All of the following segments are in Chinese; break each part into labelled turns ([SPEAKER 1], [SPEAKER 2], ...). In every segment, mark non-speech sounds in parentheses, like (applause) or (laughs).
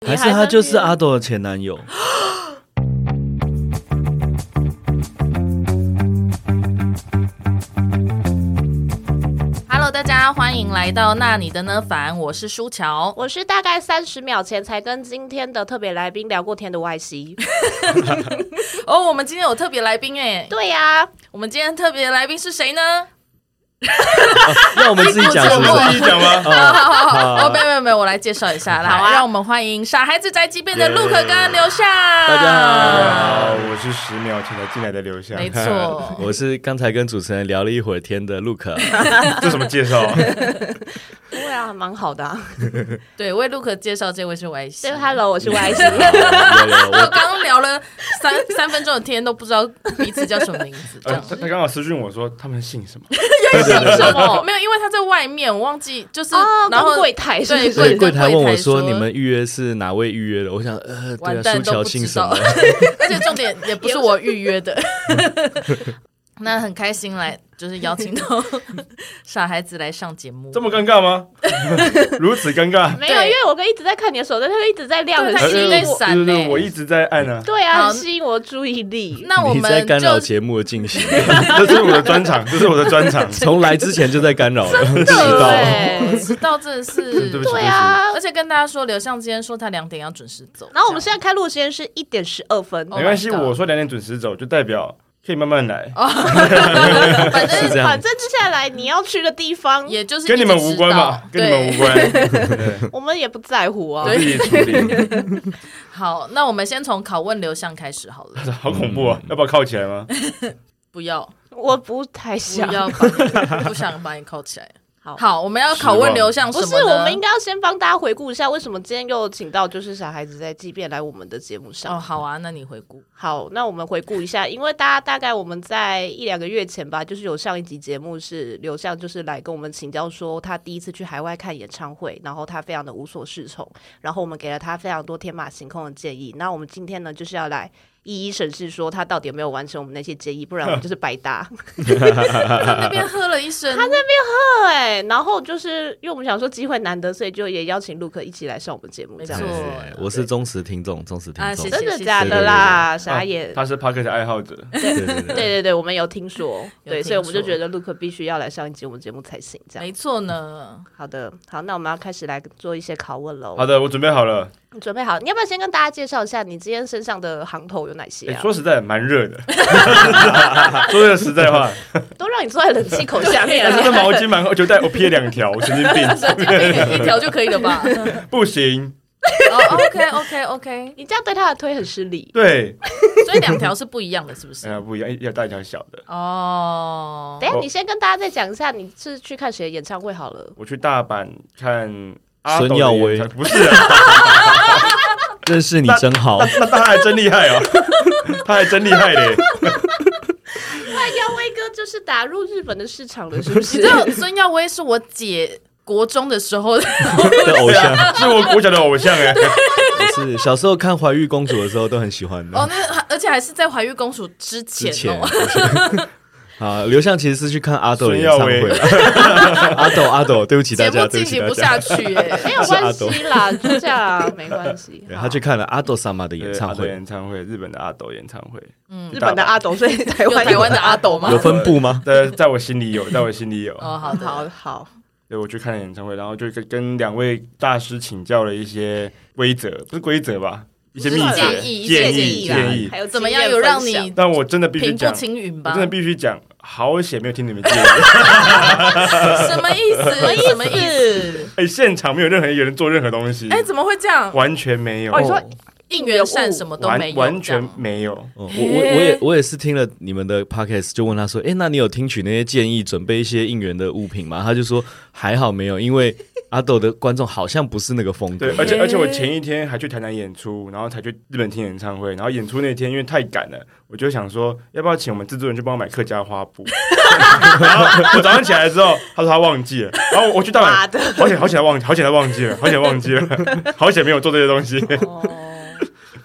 [SPEAKER 1] (laughs) 还是
[SPEAKER 2] 还
[SPEAKER 1] 他
[SPEAKER 2] 跟
[SPEAKER 1] 就是
[SPEAKER 2] 别人
[SPEAKER 1] 阿斗的前男友？
[SPEAKER 2] Hello，大家欢迎来到那你的呢凡，我是舒乔。
[SPEAKER 3] 我是大概三十秒前才跟今天的特别来宾聊过天的 (laughs) YC。
[SPEAKER 2] 哦、我们今天有特别来宾哎，
[SPEAKER 3] 对呀、
[SPEAKER 2] 我们今天特别来宾是谁呢？
[SPEAKER 1] 那我们自己讲是
[SPEAKER 2] (laughs)
[SPEAKER 1] 不
[SPEAKER 2] 我
[SPEAKER 1] 是？
[SPEAKER 4] 自己讲吗？
[SPEAKER 2] 好好好好，哦，没有没有没有，我来介绍一下啦。
[SPEAKER 3] 好啊
[SPEAKER 2] 让我们欢迎傻孩子宅急便的
[SPEAKER 4] 耶
[SPEAKER 2] 陆可跟刘夏。
[SPEAKER 1] 大家
[SPEAKER 4] 大家
[SPEAKER 1] 好
[SPEAKER 4] 好，啊我是十秒前才进来的刘翔。
[SPEAKER 2] 没，错，
[SPEAKER 1] 我是刚才跟主持人聊了一会儿天的 Look，
[SPEAKER 4] (laughs) 这什么介绍啊？
[SPEAKER 3] 对啊，蛮好的、啊。
[SPEAKER 2] 对，为陆可介绍这位是
[SPEAKER 3] (laughs)
[SPEAKER 2] Y
[SPEAKER 3] 对
[SPEAKER 2] C。
[SPEAKER 3] ，Hello，我是
[SPEAKER 1] (laughs)
[SPEAKER 2] (laughs)
[SPEAKER 3] YC。
[SPEAKER 2] 我刚聊了三 (laughs) 三分钟的天，都不知道彼此叫什么名字，这
[SPEAKER 4] 呃
[SPEAKER 2] 样。
[SPEAKER 4] 他他刚好私讯我说他们姓什么？ (laughs)
[SPEAKER 3] (laughs) 什么
[SPEAKER 2] 哦没有，因为他在外面，我忘记就是，
[SPEAKER 3] 哦，
[SPEAKER 2] 然后
[SPEAKER 3] 跟哦柜台是
[SPEAKER 2] 对
[SPEAKER 3] 不
[SPEAKER 2] 所以
[SPEAKER 1] 对
[SPEAKER 3] 是？
[SPEAKER 1] 柜台问我
[SPEAKER 2] 说
[SPEAKER 1] 说：“你们预约是哪位预约的？”我想，呃，对
[SPEAKER 2] 完
[SPEAKER 1] 啊，
[SPEAKER 2] 蛋
[SPEAKER 1] 苏
[SPEAKER 2] 都
[SPEAKER 1] 乔
[SPEAKER 2] 不
[SPEAKER 1] 姓
[SPEAKER 2] 知
[SPEAKER 1] 什
[SPEAKER 2] 道 (laughs)
[SPEAKER 1] 么？，
[SPEAKER 2] 而且重点也不是我预约
[SPEAKER 1] (laughs)
[SPEAKER 2] 的。那很开心来，就是邀请到傻孩子来上节目
[SPEAKER 4] 这。么尴尬吗？如此
[SPEAKER 3] (laughs)
[SPEAKER 4] 尴尬？
[SPEAKER 3] 没有，因为我跟一直在看你的手，但它一直在亮，
[SPEAKER 2] 对
[SPEAKER 3] 很
[SPEAKER 2] 它
[SPEAKER 4] 呃
[SPEAKER 3] 吸引
[SPEAKER 2] 一直
[SPEAKER 3] 我。
[SPEAKER 2] 闪
[SPEAKER 4] 对对
[SPEAKER 2] 呢
[SPEAKER 4] 对，我一直在按啊， (laughs)
[SPEAKER 3] 对
[SPEAKER 2] 好
[SPEAKER 3] 啊，很吸引我的注意力。
[SPEAKER 2] 那我
[SPEAKER 1] 你在
[SPEAKER 2] 们
[SPEAKER 1] 干扰
[SPEAKER 2] 就
[SPEAKER 1] 节目的进行，
[SPEAKER 4] 这是我的专场，这是我的专场。
[SPEAKER 1] (laughs) 从来之前就在干扰
[SPEAKER 2] (laughs)
[SPEAKER 1] 了，知道？
[SPEAKER 2] 对
[SPEAKER 3] 对，
[SPEAKER 2] 迟到真的
[SPEAKER 4] (laughs) 对不
[SPEAKER 2] 是
[SPEAKER 4] 起，，
[SPEAKER 3] 对啊
[SPEAKER 2] 而。且跟大家说，刘向今天说他两点要准时走，
[SPEAKER 3] 然后我们现在开录的时间是一点十二分，
[SPEAKER 2] Oh
[SPEAKER 4] 没关系，
[SPEAKER 2] my god
[SPEAKER 4] 我说两点准时走，就代表可以慢慢来，
[SPEAKER 2] 反
[SPEAKER 1] (laughs) 是
[SPEAKER 2] 正
[SPEAKER 1] 这样
[SPEAKER 3] 反正接下来你要去的地方，
[SPEAKER 2] 也就是
[SPEAKER 4] 跟你们
[SPEAKER 2] 一直
[SPEAKER 4] 无
[SPEAKER 2] 迟
[SPEAKER 4] 关
[SPEAKER 2] 到
[SPEAKER 4] 吧？跟你
[SPEAKER 2] 对
[SPEAKER 4] 们无 (laughs) 关，
[SPEAKER 3] 我们也不在乎啊
[SPEAKER 4] 我。自己处理。
[SPEAKER 2] 好，那我们先从拷问刘向开始好
[SPEAKER 4] (laughs)
[SPEAKER 2] 了，
[SPEAKER 4] (laughs) 好恐怖啊！要不要靠起来吗？
[SPEAKER 2] 不要。
[SPEAKER 3] 我不太想
[SPEAKER 2] 不。要把你，不想把你铐起来。
[SPEAKER 3] 好
[SPEAKER 2] 好，我们要拷问刘向什
[SPEAKER 3] 不
[SPEAKER 2] 么
[SPEAKER 3] 是，
[SPEAKER 2] 呢
[SPEAKER 3] 我们应该要先帮大家回顾一下，为什么今天又请到就是小孩子在即便来我们的节目上。
[SPEAKER 2] 哦，好啊，那你回顾。
[SPEAKER 3] 好，那我们回顾一下，因为大家大概我们在一两个月前吧，就是有上一集节目是刘向，就是来跟我们请教说他第一次去海外看演唱会，然后他非常的无所适从，然后我们给了他非常多天马行空的建议。那我们今天呢，就是要来一一审视说他到底有没有完成我们那些建议，不然我们就是白搭。
[SPEAKER 4] 呃
[SPEAKER 2] 他那边喝了一身，
[SPEAKER 3] 对，然后就是因为我们想说机会难得，所以就也邀请陆克一起来上我们节目，
[SPEAKER 2] 没
[SPEAKER 3] 这
[SPEAKER 2] 错
[SPEAKER 3] 样子。
[SPEAKER 1] 对我是忠实听众，忠实听
[SPEAKER 2] 啊谢
[SPEAKER 1] 众
[SPEAKER 2] 谢。
[SPEAKER 3] 真的假的啦？傻眼。
[SPEAKER 4] 啊他是 Pocket 的爱好者，
[SPEAKER 1] 对对对
[SPEAKER 3] 对对对，我们有听说，
[SPEAKER 2] 有
[SPEAKER 3] 对，
[SPEAKER 2] 听
[SPEAKER 3] 所以我们就
[SPEAKER 2] 说
[SPEAKER 3] 觉得陆克必须要来上一集我们节目才行。这样
[SPEAKER 2] 没错呢。
[SPEAKER 3] 好的，好，那我们要开始来做一些拷问喽。
[SPEAKER 4] 好的，我准备好了。
[SPEAKER 3] 你准备好？你要不要先跟大家介绍一下你今天身上的行头有哪些
[SPEAKER 4] 哎，
[SPEAKER 3] 啊？
[SPEAKER 4] 说实在，蛮热的。 (laughs) 说句实在话，
[SPEAKER 3] 都让你坐在冷气口下面啊
[SPEAKER 4] 但 (laughs) 是
[SPEAKER 3] 了。
[SPEAKER 4] 这毛巾蛮厚，就带我披了两条，我神经病，
[SPEAKER 2] 神经病 (laughs) 一条就可以了吧？
[SPEAKER 4] 不行。
[SPEAKER 2] (laughs) 哦，OK OK OK，
[SPEAKER 3] 你这样对他的推很失礼。
[SPEAKER 4] 对，
[SPEAKER 2] 所以两条是不一样的，是不是？
[SPEAKER 4] 呃，不一样，要带一条小的。
[SPEAKER 2] 哦
[SPEAKER 3] 等一，下，
[SPEAKER 4] 我
[SPEAKER 3] 你先跟大家再讲一下你是去看谁的演唱会好 (laughs) 了。
[SPEAKER 4] 我去大阪看阿斗的
[SPEAKER 1] 孙耀威
[SPEAKER 4] 演唱不是啊，
[SPEAKER 1] (laughs) 认识你真好
[SPEAKER 4] 那。那他还真
[SPEAKER 1] (laughs)
[SPEAKER 4] 厉害哦，他还真厉害嘞。
[SPEAKER 3] 耀威哥就是打入日本的市场了，是不 (laughs)
[SPEAKER 2] 你
[SPEAKER 3] 是
[SPEAKER 2] 知？道孙耀威是我姐国中的时候， (laughs)
[SPEAKER 1] 的偶像，
[SPEAKER 4] 啊是我国小的偶
[SPEAKER 1] (laughs)
[SPEAKER 4] 像哎，
[SPEAKER 2] (laughs)
[SPEAKER 1] 是小时候看《怀玉公主》的时候都很喜欢
[SPEAKER 2] 哦，
[SPEAKER 1] 的。
[SPEAKER 2] 那而且还是在怀玉公主之前
[SPEAKER 1] 之前
[SPEAKER 2] 哦。
[SPEAKER 1] (laughs) 啊，刘向其实是去看阿斗的
[SPEAKER 4] 孙
[SPEAKER 1] 演
[SPEAKER 4] 耀
[SPEAKER 1] 唱
[SPEAKER 4] 威
[SPEAKER 1] 会。 (laughs) 阿斗，阿斗，对不起大
[SPEAKER 2] (laughs) 节
[SPEAKER 1] 家，
[SPEAKER 2] 目
[SPEAKER 1] 对
[SPEAKER 2] 进
[SPEAKER 1] 不起
[SPEAKER 2] 行
[SPEAKER 1] 大
[SPEAKER 2] 不
[SPEAKER 1] 家。
[SPEAKER 2] 下去耶，
[SPEAKER 4] (laughs)
[SPEAKER 3] 没有
[SPEAKER 1] 是阿
[SPEAKER 3] 关
[SPEAKER 1] 斗
[SPEAKER 3] 系啦，就这样啊，没关系。
[SPEAKER 1] 对
[SPEAKER 3] 好
[SPEAKER 1] 他去看了阿斗萨玛的演唱
[SPEAKER 4] 阿斗
[SPEAKER 1] 会，
[SPEAKER 4] 演唱会，日本的阿斗演唱会，嗯，
[SPEAKER 3] 日本的阿斗，所以台
[SPEAKER 2] 有
[SPEAKER 3] 湾
[SPEAKER 2] 台湾的阿斗吗
[SPEAKER 1] 有？分布吗？
[SPEAKER 4] 在在我心里
[SPEAKER 1] 嗯
[SPEAKER 4] 有，在我心里有。
[SPEAKER 2] 哦，好
[SPEAKER 3] 好
[SPEAKER 2] 的好的。
[SPEAKER 3] 好好，
[SPEAKER 4] 对，我去看了演唱会，然后就跟跟两位大师请教了一些规则，不是规则吧，一些秘
[SPEAKER 2] 是
[SPEAKER 4] 诀、
[SPEAKER 2] 建议
[SPEAKER 4] 建
[SPEAKER 2] 一
[SPEAKER 4] 议、
[SPEAKER 3] 建
[SPEAKER 2] 些建
[SPEAKER 4] 建议啊
[SPEAKER 3] 议。还有
[SPEAKER 2] 怎么样有让
[SPEAKER 3] 经验
[SPEAKER 4] (laughs)
[SPEAKER 3] 分
[SPEAKER 2] 你
[SPEAKER 3] 享
[SPEAKER 4] 但我真的必须
[SPEAKER 2] 平步
[SPEAKER 4] 讲，
[SPEAKER 2] 青云
[SPEAKER 4] 我
[SPEAKER 2] 吧
[SPEAKER 4] 真？的必须讲，好险没有听你
[SPEAKER 2] (laughs)
[SPEAKER 4] 们建议。
[SPEAKER 2] 什么意思？ (laughs) 什么意思？
[SPEAKER 4] 哎、现场没有任何一个人做任何东西，
[SPEAKER 2] 哎，怎么会这样？
[SPEAKER 4] 完全没有，
[SPEAKER 3] 哦，你说
[SPEAKER 2] 应援扇什么都没
[SPEAKER 4] 完
[SPEAKER 2] 有，
[SPEAKER 4] 完
[SPEAKER 2] 这样
[SPEAKER 4] 全没有。
[SPEAKER 1] 哦我我我也我也是听了你们的 podcast，就问他说：“诶，那你有听取那些建议，准备一些应援的物品吗？”他就说：“还好没有，因为阿斗的观众好像不是那个风格
[SPEAKER 4] 对，。而且而且我前一天还去台南演出，然后才去日本听演唱会，然后演出那天因为太赶了，我就想说要不要请我们制作人去帮我买客家
[SPEAKER 2] (laughs)
[SPEAKER 4] 花布。然后我早上起来之后，他说他忘记了，然后我去大
[SPEAKER 3] 妈
[SPEAKER 4] 阪，
[SPEAKER 3] 的，
[SPEAKER 4] 好险好险他忘好险他忘记了，好险忘记
[SPEAKER 2] (laughs)
[SPEAKER 4] 了，好险没有做这些东西，
[SPEAKER 2] 哦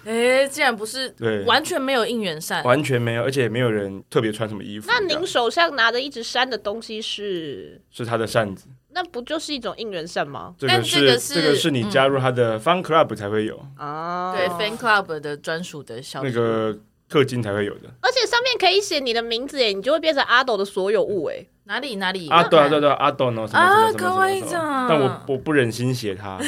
[SPEAKER 2] 哎，竟然不是
[SPEAKER 4] 对，
[SPEAKER 2] 完全没有应援扇，
[SPEAKER 4] 完全没有，而且也没有人特别穿什么衣服。
[SPEAKER 3] (laughs) 那
[SPEAKER 4] 这样
[SPEAKER 3] 您手上拿的一直扇的东西是？
[SPEAKER 4] 是他的扇子，
[SPEAKER 3] 那不就是一种应援扇吗？
[SPEAKER 4] 这
[SPEAKER 2] 但
[SPEAKER 4] 个
[SPEAKER 2] 这个
[SPEAKER 4] 是
[SPEAKER 2] 是嗯哦
[SPEAKER 4] 这个是你加入他的 Fun Club 才会有，
[SPEAKER 3] 啊，
[SPEAKER 2] 对 fan club 的专属的小
[SPEAKER 4] 那个氪金才会有的。
[SPEAKER 3] 而且上面可以写你的名字耶，你就会变成阿斗的所有物哎。
[SPEAKER 2] 哪里哪里
[SPEAKER 4] 啊，对啊，对啊，对啊，阿斗呢？什么
[SPEAKER 2] 啊
[SPEAKER 4] 什么什么什么
[SPEAKER 2] 可爱
[SPEAKER 4] 什么
[SPEAKER 2] 的
[SPEAKER 4] 但我我不忍心
[SPEAKER 2] (laughs)
[SPEAKER 4] 写他，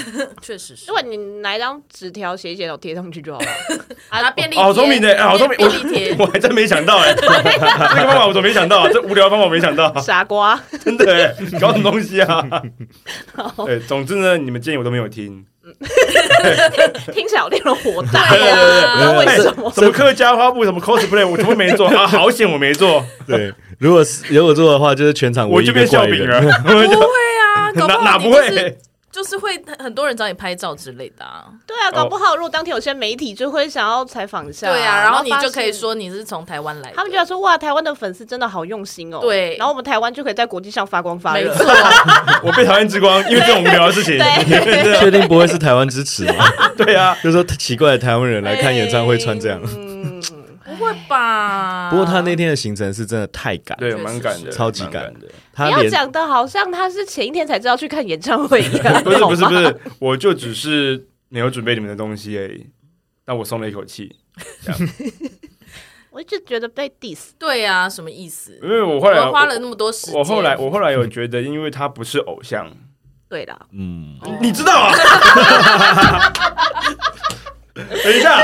[SPEAKER 2] 确实是
[SPEAKER 3] 如。果你拿一张纸条写一写，然后贴上去就好了。
[SPEAKER 4] (laughs)
[SPEAKER 2] 啊，便利贴
[SPEAKER 4] 好聪明的，哎好聪明，
[SPEAKER 2] 便利贴
[SPEAKER 4] 我我还真没想到哎，这
[SPEAKER 2] 啊
[SPEAKER 4] 个方法我怎么没想到啊？这无聊的方法我没想到，啊
[SPEAKER 3] 傻瓜，
[SPEAKER 4] 真的哎，你搞什么东西啊？对，总之呢，你们建议我都没有听，
[SPEAKER 3] 听起来好令人火大。哦
[SPEAKER 2] 对
[SPEAKER 3] 不知道
[SPEAKER 2] 啊，
[SPEAKER 4] (laughs)
[SPEAKER 3] 为什么？
[SPEAKER 4] 什么客家花布，什么 cosplay，我全部没做啊，好险我没做，
[SPEAKER 1] 对，如果是如果做的话，就是全场
[SPEAKER 4] 我
[SPEAKER 1] 唯一
[SPEAKER 4] 就
[SPEAKER 1] 一
[SPEAKER 4] 变
[SPEAKER 1] 个
[SPEAKER 4] 笑
[SPEAKER 1] 怪
[SPEAKER 4] 柄
[SPEAKER 1] 人。
[SPEAKER 4] 了，
[SPEAKER 1] (laughs)
[SPEAKER 2] 不会啊，搞
[SPEAKER 4] 哪
[SPEAKER 2] 好
[SPEAKER 4] 哪
[SPEAKER 2] 你
[SPEAKER 4] 不
[SPEAKER 2] 就是
[SPEAKER 4] 会？
[SPEAKER 2] 就是会很多人找你拍照之类的啊，
[SPEAKER 3] 对啊，
[SPEAKER 4] 哦
[SPEAKER 3] 搞不好如果当天有些媒体就会想要采访一下，
[SPEAKER 2] 对啊，然后你就可以
[SPEAKER 3] 发现。
[SPEAKER 2] 说你是从台湾来的，
[SPEAKER 3] 他们就要说哇，台湾的粉丝真的好用心哦。
[SPEAKER 2] 对
[SPEAKER 3] 然后我们台湾就可以在国际上发光发
[SPEAKER 2] 没
[SPEAKER 3] 热。
[SPEAKER 2] 错，
[SPEAKER 4] 我被讨厌之光，因为这种无聊的事情，
[SPEAKER 1] (laughs) 确定不会是台湾支持吗？
[SPEAKER 4] (laughs) 对啊，
[SPEAKER 1] 就说奇怪的台湾人来看演唱会穿这样。
[SPEAKER 3] 嗯，
[SPEAKER 2] 不会
[SPEAKER 3] 啊
[SPEAKER 2] 吧？
[SPEAKER 1] 不过他那天的行程是真的太赶，
[SPEAKER 4] 对，
[SPEAKER 2] 确实
[SPEAKER 4] 蛮赶的，
[SPEAKER 1] 是超级
[SPEAKER 4] 蛮
[SPEAKER 1] 赶
[SPEAKER 4] 的。
[SPEAKER 3] 不
[SPEAKER 1] 他
[SPEAKER 3] 要
[SPEAKER 1] 连
[SPEAKER 3] 讲的好像他是前一天才知道去看演唱会一样。
[SPEAKER 4] (laughs) 不是不是
[SPEAKER 3] 好
[SPEAKER 4] 不
[SPEAKER 3] 吗，
[SPEAKER 4] 是，我就只是没有准备你们的东西而已，但我松了一口气，
[SPEAKER 3] 我就觉得被 diss。
[SPEAKER 2] 对啊，什么意思
[SPEAKER 4] 因？为我后
[SPEAKER 2] 我
[SPEAKER 4] 来
[SPEAKER 2] 们花了那么多时间，
[SPEAKER 4] 我后来我后来有觉得，因为他不是偶像，
[SPEAKER 3] 对啦，
[SPEAKER 1] 嗯，
[SPEAKER 4] 你知道啊？ (laughs) 等一下，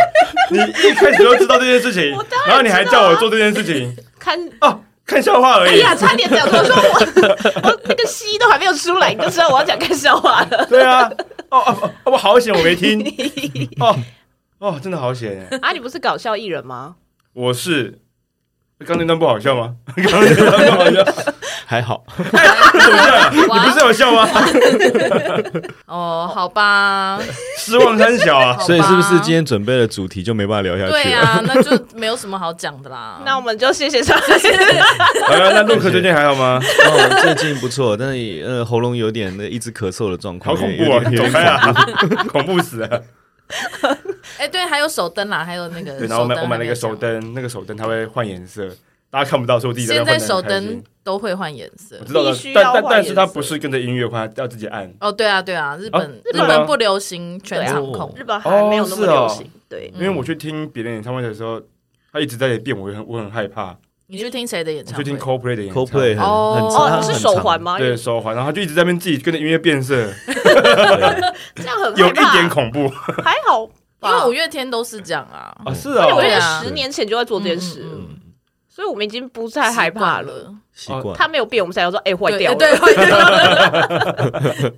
[SPEAKER 4] 你一开始就知道这件事情，然后你还叫我做这件事情
[SPEAKER 3] 看， (laughs)
[SPEAKER 4] 哦，看笑话而
[SPEAKER 3] 哎
[SPEAKER 4] 已。
[SPEAKER 3] 呀，差点讲错，说我我那个西都还没有出来，你就知道我要讲看笑话了。
[SPEAKER 4] 对啊，哦哦，哦我好险我没听，哦哦，真的好险哎！
[SPEAKER 3] 啊，你不是搞笑艺人吗？
[SPEAKER 4] 我是刚那段不好笑吗？ (laughs) 刚那段不好笑，
[SPEAKER 1] 还好，
[SPEAKER 4] 你不是有笑吗？
[SPEAKER 2] 哦，好吧，
[SPEAKER 4] 失望三小啊！
[SPEAKER 2] 好吧
[SPEAKER 1] 所以是不是今天准备的主题就没办法聊下去
[SPEAKER 2] 对
[SPEAKER 1] 了？
[SPEAKER 2] 啊，那就没有什么好讲的啦。
[SPEAKER 3] 那我们就谢谢上
[SPEAKER 4] 好了，哎那陆克最近还好吗？
[SPEAKER 1] 哦， (laughs) 最近不错，但是呃喉咙有点那一直咳嗽的状
[SPEAKER 4] 好
[SPEAKER 1] 况，
[SPEAKER 4] 恐
[SPEAKER 1] 有
[SPEAKER 4] 怖啊！
[SPEAKER 1] 点
[SPEAKER 4] 走
[SPEAKER 1] (laughs)
[SPEAKER 4] 开啊！恐怖死了！
[SPEAKER 2] 哎，对，还有手灯啦，还有那个
[SPEAKER 4] 对，然后我买
[SPEAKER 2] 手
[SPEAKER 4] 我买
[SPEAKER 2] 还
[SPEAKER 4] 了
[SPEAKER 2] 没
[SPEAKER 4] 一
[SPEAKER 2] 有
[SPEAKER 4] 个
[SPEAKER 2] 讲
[SPEAKER 4] 手，灯，那个手灯它会换颜色，大家看不到，所以我自己在
[SPEAKER 2] 现
[SPEAKER 4] 那换
[SPEAKER 2] 在
[SPEAKER 4] 得
[SPEAKER 2] 手
[SPEAKER 4] 很开心
[SPEAKER 2] 灯。都会换颜色
[SPEAKER 4] 我。知道
[SPEAKER 3] 必
[SPEAKER 4] 的
[SPEAKER 3] 须，
[SPEAKER 4] 但
[SPEAKER 3] 要
[SPEAKER 4] 但
[SPEAKER 3] 换
[SPEAKER 4] 但是它
[SPEAKER 3] 颜色
[SPEAKER 4] 不是跟着音乐换，要自己按。
[SPEAKER 2] 哦，对啊，对啊，日本
[SPEAKER 4] 日
[SPEAKER 2] 日
[SPEAKER 4] 本
[SPEAKER 2] 本不流行全场
[SPEAKER 1] 对啊
[SPEAKER 2] 控，
[SPEAKER 3] 日本还没有那么流行，对
[SPEAKER 4] 因为我去听别人演唱会的时候，他一直在变，我很我很害怕。
[SPEAKER 2] 你去听谁的演
[SPEAKER 4] 我
[SPEAKER 2] 唱
[SPEAKER 4] 去
[SPEAKER 2] 会？
[SPEAKER 4] 听 Coldplay 的演唱
[SPEAKER 1] Coldplay
[SPEAKER 4] 会，
[SPEAKER 1] 很
[SPEAKER 2] 哦
[SPEAKER 1] 很
[SPEAKER 3] 哦，
[SPEAKER 1] 长
[SPEAKER 3] 你是
[SPEAKER 1] 很
[SPEAKER 3] 手
[SPEAKER 1] 长
[SPEAKER 3] 环
[SPEAKER 1] (laughs)
[SPEAKER 3] 吗？
[SPEAKER 4] 对手环，然后他就一直在那边自己跟着音乐变色，
[SPEAKER 3] 这样很
[SPEAKER 4] 有
[SPEAKER 3] 害
[SPEAKER 4] 一
[SPEAKER 3] 怕
[SPEAKER 4] 点恐怖
[SPEAKER 3] 还好
[SPEAKER 2] 因
[SPEAKER 3] 吧，
[SPEAKER 2] 为五月天都是这样啊，
[SPEAKER 4] 啊！是
[SPEAKER 3] 而且我觉
[SPEAKER 4] 哦
[SPEAKER 2] 对
[SPEAKER 3] 得
[SPEAKER 2] 啊
[SPEAKER 3] 十年前就在做这件事，
[SPEAKER 2] 嗯嗯
[SPEAKER 3] 所以我们已经不再害怕了。，
[SPEAKER 1] 习惯。
[SPEAKER 3] 它没有变，我们才要说哎坏
[SPEAKER 2] 对
[SPEAKER 3] 掉了。
[SPEAKER 2] 对，坏掉
[SPEAKER 3] (laughs)
[SPEAKER 2] 了。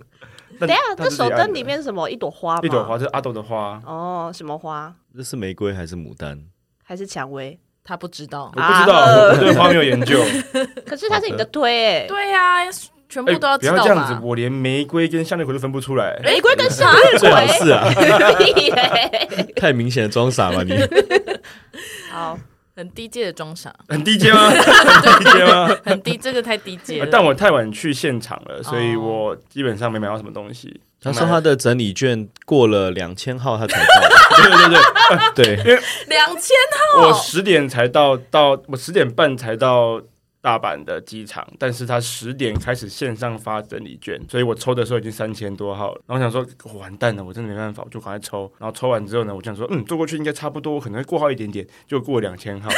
[SPEAKER 3] 等
[SPEAKER 4] 但
[SPEAKER 3] 一下
[SPEAKER 4] 他
[SPEAKER 3] 这
[SPEAKER 4] 自己按
[SPEAKER 3] 手
[SPEAKER 4] 的
[SPEAKER 3] 灯里面是什么一朵花吗？
[SPEAKER 4] 一朵花，这是阿斗的花，
[SPEAKER 3] 哦，什么花？
[SPEAKER 1] 这是玫瑰还是牡
[SPEAKER 3] (laughs)
[SPEAKER 1] 丹？
[SPEAKER 3] 还是蔷薇？
[SPEAKER 2] 他不知道
[SPEAKER 4] 我，不知道，
[SPEAKER 3] 啊
[SPEAKER 4] 我我对花没有研究。
[SPEAKER 3] 可是它是你的推哎，
[SPEAKER 2] 对呀，全部
[SPEAKER 4] 哎
[SPEAKER 2] 都要
[SPEAKER 4] 不
[SPEAKER 2] 知
[SPEAKER 4] 要
[SPEAKER 2] 道
[SPEAKER 4] 这样子
[SPEAKER 2] 吧，？哎
[SPEAKER 4] 我连玫瑰跟向日葵都分不出来。
[SPEAKER 3] 玫瑰跟向日
[SPEAKER 1] 最好
[SPEAKER 3] 葵。
[SPEAKER 1] 是啊，
[SPEAKER 3] (laughs) 屁耶
[SPEAKER 1] 太明显的装傻吧
[SPEAKER 3] (laughs)
[SPEAKER 1] 你。
[SPEAKER 3] 好，
[SPEAKER 2] 很低阶的装傻，
[SPEAKER 4] 很低
[SPEAKER 2] (laughs)
[SPEAKER 4] 阶吗？很低阶吗？
[SPEAKER 2] 很低，这个太低阶
[SPEAKER 4] 呃
[SPEAKER 2] 了。
[SPEAKER 4] (laughs) 但我太晚去现场了，所以
[SPEAKER 2] 哦
[SPEAKER 4] 我基本上没买到什么东西。
[SPEAKER 1] 他说他的整理券过了两千号，他
[SPEAKER 3] (laughs)
[SPEAKER 1] 才到。
[SPEAKER 4] 对对
[SPEAKER 2] (laughs)
[SPEAKER 4] 对，
[SPEAKER 1] 对，
[SPEAKER 2] 两千
[SPEAKER 4] 我十点才到到，我十点半才到大阪的机场，但是他十点开始线上发整理券，所以我抽的时候已经三千多号了。然后我想说、我完蛋了，我真的没办法，我就赶快抽。然后抽完之后呢，我就想说，嗯，坐过去应该差不多，我可能会过号一点点，就过两千号。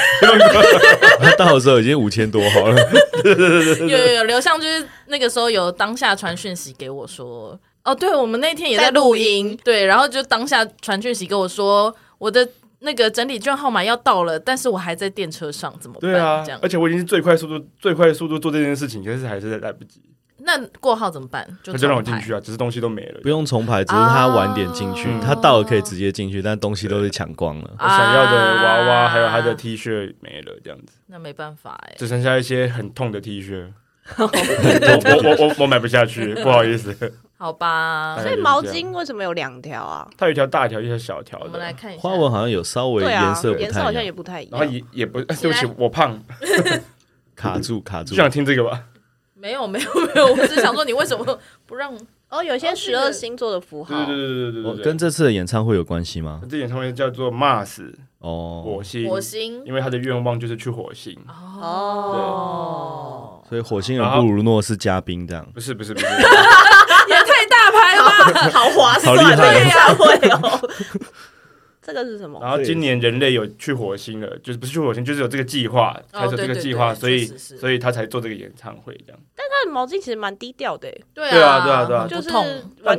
[SPEAKER 1] 他到的时候已经五千多号了。
[SPEAKER 2] 有有有，刘向就是那个时候有当下传讯息给我说，哦，对，我们那天也在录音，对，然后就当下传讯息跟我说，我的那个整理券号码要到了，但是我还在电车上，怎么办？
[SPEAKER 4] 对啊
[SPEAKER 2] 这样，
[SPEAKER 4] 而，且我已经是最快速度、最快速度做这件事情，可是还是来不及，
[SPEAKER 2] 那过号怎么办？就
[SPEAKER 4] 他就让我
[SPEAKER 2] 重
[SPEAKER 4] 进
[SPEAKER 2] 排
[SPEAKER 4] 去啊，只是东西都没了
[SPEAKER 1] 不。用重排，只是他晚点进去，
[SPEAKER 2] 哦
[SPEAKER 1] 他到了可以直接进去，但东西都被抢光了。
[SPEAKER 4] 我想要的娃娃
[SPEAKER 2] 啊
[SPEAKER 4] 还有他的 T 恤没了，这样子
[SPEAKER 2] 那没办法哎、
[SPEAKER 4] 只剩下一些很痛的
[SPEAKER 2] (laughs)
[SPEAKER 4] T 恤。我我我我我买不下去，不好意思。
[SPEAKER 2] 好吧
[SPEAKER 4] 大，
[SPEAKER 3] 所
[SPEAKER 4] 概
[SPEAKER 3] 以毛巾为什么有两条啊？
[SPEAKER 4] 它有一条大条，一条小条
[SPEAKER 2] 我们
[SPEAKER 4] 的
[SPEAKER 2] 来，看一下
[SPEAKER 1] 花纹好像有稍微
[SPEAKER 3] 对啊
[SPEAKER 1] 颜，色不
[SPEAKER 3] 颜色
[SPEAKER 1] 太
[SPEAKER 3] 好
[SPEAKER 1] 一
[SPEAKER 3] 像也
[SPEAKER 1] 样，
[SPEAKER 3] 不太一
[SPEAKER 4] 然后
[SPEAKER 3] 样。
[SPEAKER 4] 也也不，哎
[SPEAKER 2] 起
[SPEAKER 4] 对
[SPEAKER 2] 来
[SPEAKER 4] 不起，我胖，
[SPEAKER 1] 卡住卡
[SPEAKER 4] 就
[SPEAKER 1] 住。
[SPEAKER 4] 想听这个吧。
[SPEAKER 2] 没有没有没有，我只想说你为什么不让？
[SPEAKER 3] 哦，有一些十二星座的符号
[SPEAKER 4] 对，对对对对
[SPEAKER 1] 我
[SPEAKER 4] 对对，
[SPEAKER 1] 哦跟这次的演唱会有关系吗？
[SPEAKER 4] 这演唱会叫做 Mars
[SPEAKER 1] 哦，
[SPEAKER 4] 火星，
[SPEAKER 1] (laughs)
[SPEAKER 2] 火星
[SPEAKER 4] 因为他的愿望就是去火星。
[SPEAKER 2] 哦，
[SPEAKER 1] 所以火星人布鲁诺是嘉宾这样。
[SPEAKER 4] 不是不是不是，
[SPEAKER 2] 也太大牌了吧！
[SPEAKER 3] 好划
[SPEAKER 1] 好厉害
[SPEAKER 3] 对
[SPEAKER 1] (laughs)
[SPEAKER 3] 演唱会哦。 (laughs) 这个是什么？
[SPEAKER 1] 啊
[SPEAKER 4] 然后今年人类有去火星了，就是不是去火星，就是有这个计划，
[SPEAKER 2] 哦
[SPEAKER 4] 开始有这
[SPEAKER 2] 对
[SPEAKER 4] 个
[SPEAKER 2] 对
[SPEAKER 4] 计划，
[SPEAKER 2] 对
[SPEAKER 4] 所以
[SPEAKER 2] 确实是
[SPEAKER 4] 所以他才做这个演唱会这样。
[SPEAKER 3] 那毛巾其实蛮低调的欸，
[SPEAKER 2] 对
[SPEAKER 4] 对啊对啊对啊
[SPEAKER 3] 就是
[SPEAKER 2] 痛，
[SPEAKER 4] 但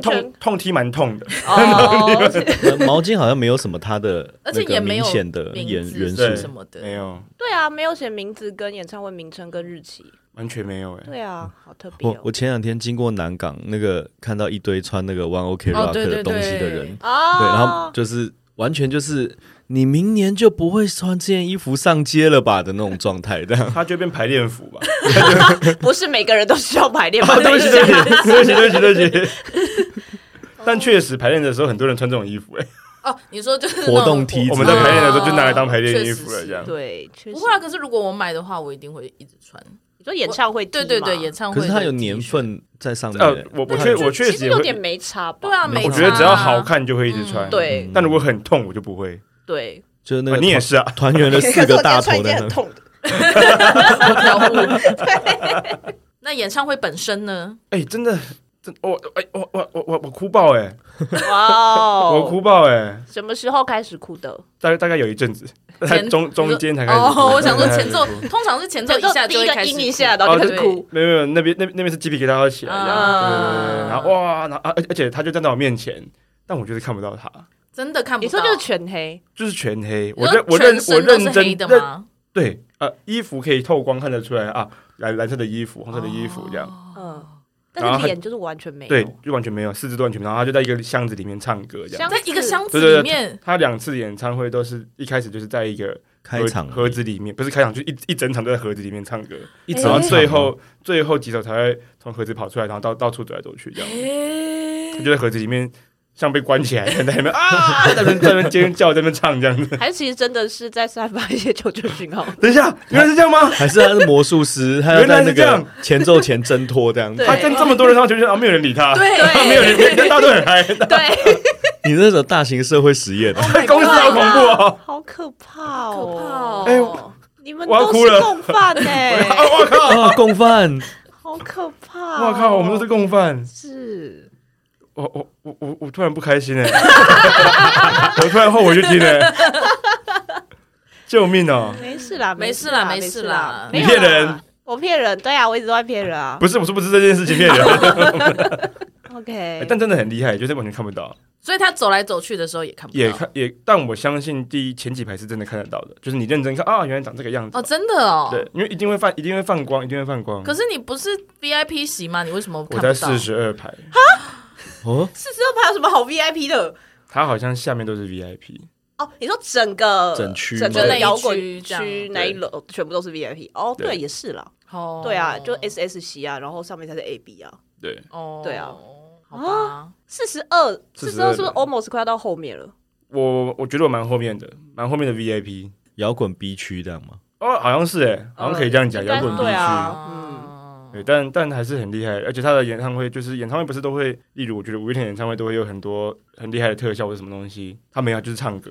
[SPEAKER 3] 完
[SPEAKER 4] 痛
[SPEAKER 3] (laughs) 全
[SPEAKER 4] 痛踢蛮痛的，
[SPEAKER 3] (laughs) 哦，
[SPEAKER 1] 呃毛巾好像没有什么他的
[SPEAKER 2] (laughs) 而且
[SPEAKER 1] 那
[SPEAKER 2] 也
[SPEAKER 1] 个
[SPEAKER 2] 没有
[SPEAKER 1] 明显的
[SPEAKER 2] 名
[SPEAKER 1] 元
[SPEAKER 2] 字
[SPEAKER 1] 元
[SPEAKER 4] 对
[SPEAKER 1] 素，
[SPEAKER 2] 什么
[SPEAKER 4] 没
[SPEAKER 2] 的。
[SPEAKER 4] 有，
[SPEAKER 3] 对啊，没有写名字跟演唱会名称跟日期。
[SPEAKER 4] 完全没有哎。
[SPEAKER 3] 对啊，好特别
[SPEAKER 1] 我
[SPEAKER 3] 哦
[SPEAKER 1] 我。前两天经过南港，那个看到一堆穿那个 One OK
[SPEAKER 2] 哦
[SPEAKER 1] Rock
[SPEAKER 2] 对对
[SPEAKER 1] 的东西
[SPEAKER 2] 对啊
[SPEAKER 1] 的人，
[SPEAKER 3] 哦，
[SPEAKER 1] 对，然后就是完全就是你明年就不会穿这件衣服上街了吧的那种状态，这
[SPEAKER 2] (laughs)
[SPEAKER 1] 样。
[SPEAKER 4] 他就变排练服吧？
[SPEAKER 3] 不是每个人都需要排练吧？
[SPEAKER 4] 啊， (laughs) 对不起，对不起，对不起，对不起，对不起。但确实排练的时候，很多人穿这种衣服，哎，
[SPEAKER 2] 哦，你说就是
[SPEAKER 1] 活动 T
[SPEAKER 2] 那种
[SPEAKER 1] 恤
[SPEAKER 4] 我们在排练的时候就拿来当排
[SPEAKER 2] 确
[SPEAKER 4] 练
[SPEAKER 2] 实
[SPEAKER 4] 衣服了，
[SPEAKER 2] 是
[SPEAKER 4] 这样。
[SPEAKER 3] (laughs) 对，确实
[SPEAKER 2] 不会啊，可是如果我买的话，我一定会一直穿。
[SPEAKER 3] 你说演唱会 T
[SPEAKER 2] 对对
[SPEAKER 3] 嘛
[SPEAKER 2] 对，演唱会
[SPEAKER 1] 可
[SPEAKER 2] 的
[SPEAKER 1] 是它有
[SPEAKER 2] T 恤
[SPEAKER 1] 年。份在上面、
[SPEAKER 4] 呃
[SPEAKER 1] 欸，
[SPEAKER 4] 我
[SPEAKER 1] 它
[SPEAKER 4] 我确
[SPEAKER 1] 有
[SPEAKER 4] 我确
[SPEAKER 3] 其
[SPEAKER 4] 实
[SPEAKER 3] 实
[SPEAKER 4] 也
[SPEAKER 3] 有
[SPEAKER 4] 会嗯
[SPEAKER 3] 点没差吧？嗯
[SPEAKER 2] 对啊，没
[SPEAKER 4] 我
[SPEAKER 2] 差
[SPEAKER 4] 觉得只要
[SPEAKER 2] 啊
[SPEAKER 4] 好，看就会一直穿，
[SPEAKER 3] 对
[SPEAKER 4] 但如果很痛，我就不会。
[SPEAKER 3] 对，
[SPEAKER 1] 就是那
[SPEAKER 4] 啊
[SPEAKER 1] 个
[SPEAKER 4] 你也
[SPEAKER 1] 团
[SPEAKER 4] 是啊，
[SPEAKER 1] 团员的四个大
[SPEAKER 2] (laughs)
[SPEAKER 1] 头的那，
[SPEAKER 3] 痛的。
[SPEAKER 2] (laughs) 那演唱会本身呢？
[SPEAKER 4] 哎，真的，真我哎我我我我我哭爆哎，
[SPEAKER 3] 哇
[SPEAKER 4] (laughs) 我
[SPEAKER 3] 哦！
[SPEAKER 4] 哭爆哎，
[SPEAKER 3] 什么时候开始哭的？
[SPEAKER 4] 大概大概有一阵子，大概
[SPEAKER 2] 前
[SPEAKER 4] 中中间才开始哭。
[SPEAKER 2] 哦，我想说
[SPEAKER 4] 才开始
[SPEAKER 2] 前奏
[SPEAKER 4] (laughs) 哭，
[SPEAKER 2] 通常是前奏一下
[SPEAKER 3] 第
[SPEAKER 2] 就
[SPEAKER 3] 一
[SPEAKER 2] 会
[SPEAKER 3] 个
[SPEAKER 2] 开始
[SPEAKER 3] 音一下，然哦后就
[SPEAKER 4] 哦
[SPEAKER 3] 开始哭。
[SPEAKER 4] 没有没有，那边那边那边是鸡皮疙瘩要起来，这样对对对对
[SPEAKER 2] 啊
[SPEAKER 4] 然后哇，然后啊而而且他就站在我面前，但我就是看不到他，
[SPEAKER 2] 真的看不
[SPEAKER 3] 你
[SPEAKER 2] 到。
[SPEAKER 3] 说就是全黑，
[SPEAKER 4] 就是全黑。
[SPEAKER 2] 你
[SPEAKER 4] 我
[SPEAKER 2] 说
[SPEAKER 4] 认我认
[SPEAKER 2] 全身
[SPEAKER 4] 我
[SPEAKER 2] 都
[SPEAKER 4] 认
[SPEAKER 2] 是
[SPEAKER 4] 真
[SPEAKER 2] 黑的
[SPEAKER 4] 认
[SPEAKER 2] 吗？
[SPEAKER 4] 对呃，衣服可以透光看得出来啊，蓝蓝色的衣服，红色的衣服这
[SPEAKER 2] 哦
[SPEAKER 4] 样，
[SPEAKER 3] 嗯，
[SPEAKER 4] 然后
[SPEAKER 3] 但是
[SPEAKER 4] 他
[SPEAKER 3] 脸就是完全没有。
[SPEAKER 4] 对，就完全没有，四肢都完全没有。然后他就在一个箱子里面唱歌这样。
[SPEAKER 3] 箱
[SPEAKER 2] 在一个箱子
[SPEAKER 4] 对对对
[SPEAKER 2] 里面，
[SPEAKER 4] 他两次演唱会都是一开始就是在一个
[SPEAKER 1] 开
[SPEAKER 4] 盒
[SPEAKER 1] 场
[SPEAKER 4] 盒子里面，不是开场，就一一整场都在盒子里面唱歌，
[SPEAKER 1] 一
[SPEAKER 3] 哎
[SPEAKER 1] 整
[SPEAKER 4] 然后
[SPEAKER 1] 场
[SPEAKER 4] 最后最后几首才会从盒子跑出来，然后到到处走来走去这样。
[SPEAKER 2] 诶
[SPEAKER 4] 他就在盒子里面像被关起来，在那边啊， (laughs) 在那边在那边尖叫，在那边唱这样子。
[SPEAKER 3] 还是其实真的是在散发一些求救讯号。
[SPEAKER 4] 等一下，原来是这样吗？
[SPEAKER 1] 还是他是魔术师，他要在那
[SPEAKER 4] 原来是这
[SPEAKER 1] 个
[SPEAKER 4] 样
[SPEAKER 1] 前奏前挣脱这样。
[SPEAKER 3] 对
[SPEAKER 4] 他跟这么多人唱，就是啊，没有人理他，啊
[SPEAKER 2] 对
[SPEAKER 4] (laughs) 没有人，理，大家都很嗨，
[SPEAKER 3] 对，
[SPEAKER 1] 你那种大型社会实验，
[SPEAKER 4] (laughs) 公司好恐怖哦！
[SPEAKER 3] 好可怕
[SPEAKER 2] 好可怕
[SPEAKER 3] 哦！
[SPEAKER 4] 哎
[SPEAKER 2] 哦
[SPEAKER 4] 我！
[SPEAKER 3] 你们
[SPEAKER 4] 我要
[SPEAKER 3] 都
[SPEAKER 4] 哭
[SPEAKER 3] 是
[SPEAKER 4] 了
[SPEAKER 3] 共犯 (laughs) 呢，
[SPEAKER 4] (laughs) 我靠，
[SPEAKER 1] 啊，共犯，
[SPEAKER 3] 好可怕哦！
[SPEAKER 4] 我靠，我们都是共犯，
[SPEAKER 3] 是
[SPEAKER 4] 我我哦我我我突然不开心哎， (laughs) 我突然后悔去听哎，救命哦！
[SPEAKER 3] 没事啦，
[SPEAKER 2] 没事啦
[SPEAKER 3] 啦，
[SPEAKER 2] 没
[SPEAKER 3] 没
[SPEAKER 2] 事啦
[SPEAKER 3] 啦，
[SPEAKER 4] 你
[SPEAKER 3] 没有啦
[SPEAKER 4] 骗人，
[SPEAKER 3] 我骗人，对啊，我一直都在骗人啊。
[SPEAKER 4] 不是，我说不是这件事情骗人，欸
[SPEAKER 3] OK，
[SPEAKER 4] 哎但真的很厉害，就是完全看不到，
[SPEAKER 2] 所以他走来走去的时候也看不到，
[SPEAKER 4] 也看也，但我相信第一前几排是真的看得到的，就是你认真看啊，原来长这个样子
[SPEAKER 2] 哦，，真的哦。
[SPEAKER 4] 对，因为一定会泛，一定会泛光，一定会泛光。
[SPEAKER 2] 可是你不是 VIP 席吗？你为什么
[SPEAKER 4] 我
[SPEAKER 2] 看不
[SPEAKER 4] 在
[SPEAKER 2] 到？
[SPEAKER 4] 四十二排，
[SPEAKER 1] 哦，
[SPEAKER 3] 四十二排有什么好 VIP 的？
[SPEAKER 4] 它好像下面都是 VIP，
[SPEAKER 3] 哦，你说整个
[SPEAKER 1] 整区
[SPEAKER 3] 整
[SPEAKER 1] 吗
[SPEAKER 3] 个摇滚
[SPEAKER 2] 那一区这
[SPEAKER 3] 区
[SPEAKER 2] 样
[SPEAKER 3] 那一楼全部都是 VIP。哦，
[SPEAKER 4] 对
[SPEAKER 3] 对，也是啦，
[SPEAKER 2] 哦，
[SPEAKER 3] 对啊，就 SS 席啊，然后上面才是 AB 啊。
[SPEAKER 4] 对，
[SPEAKER 2] 哦，
[SPEAKER 3] 对啊，
[SPEAKER 2] 好吧，
[SPEAKER 3] 四十二，四十二是
[SPEAKER 4] 42
[SPEAKER 3] 不是 almost 快要到后面
[SPEAKER 4] (laughs)
[SPEAKER 3] 了？
[SPEAKER 4] 我我觉得我蛮后面的，蛮后面的 VIP。
[SPEAKER 1] 摇滚 B 区这样吗？
[SPEAKER 4] 哦，好像是哎，好像可以这样讲，
[SPEAKER 3] 应该
[SPEAKER 4] 摇滚地
[SPEAKER 3] 对
[SPEAKER 4] 区。
[SPEAKER 3] 啊
[SPEAKER 2] 哦
[SPEAKER 3] 嗯
[SPEAKER 4] 对，但但还是很厉害，而且他的演唱会就是演唱会不是都会，例如我觉得五月天演唱会都会有很多很厉害的特效或者什么东西，他没有，就是唱歌，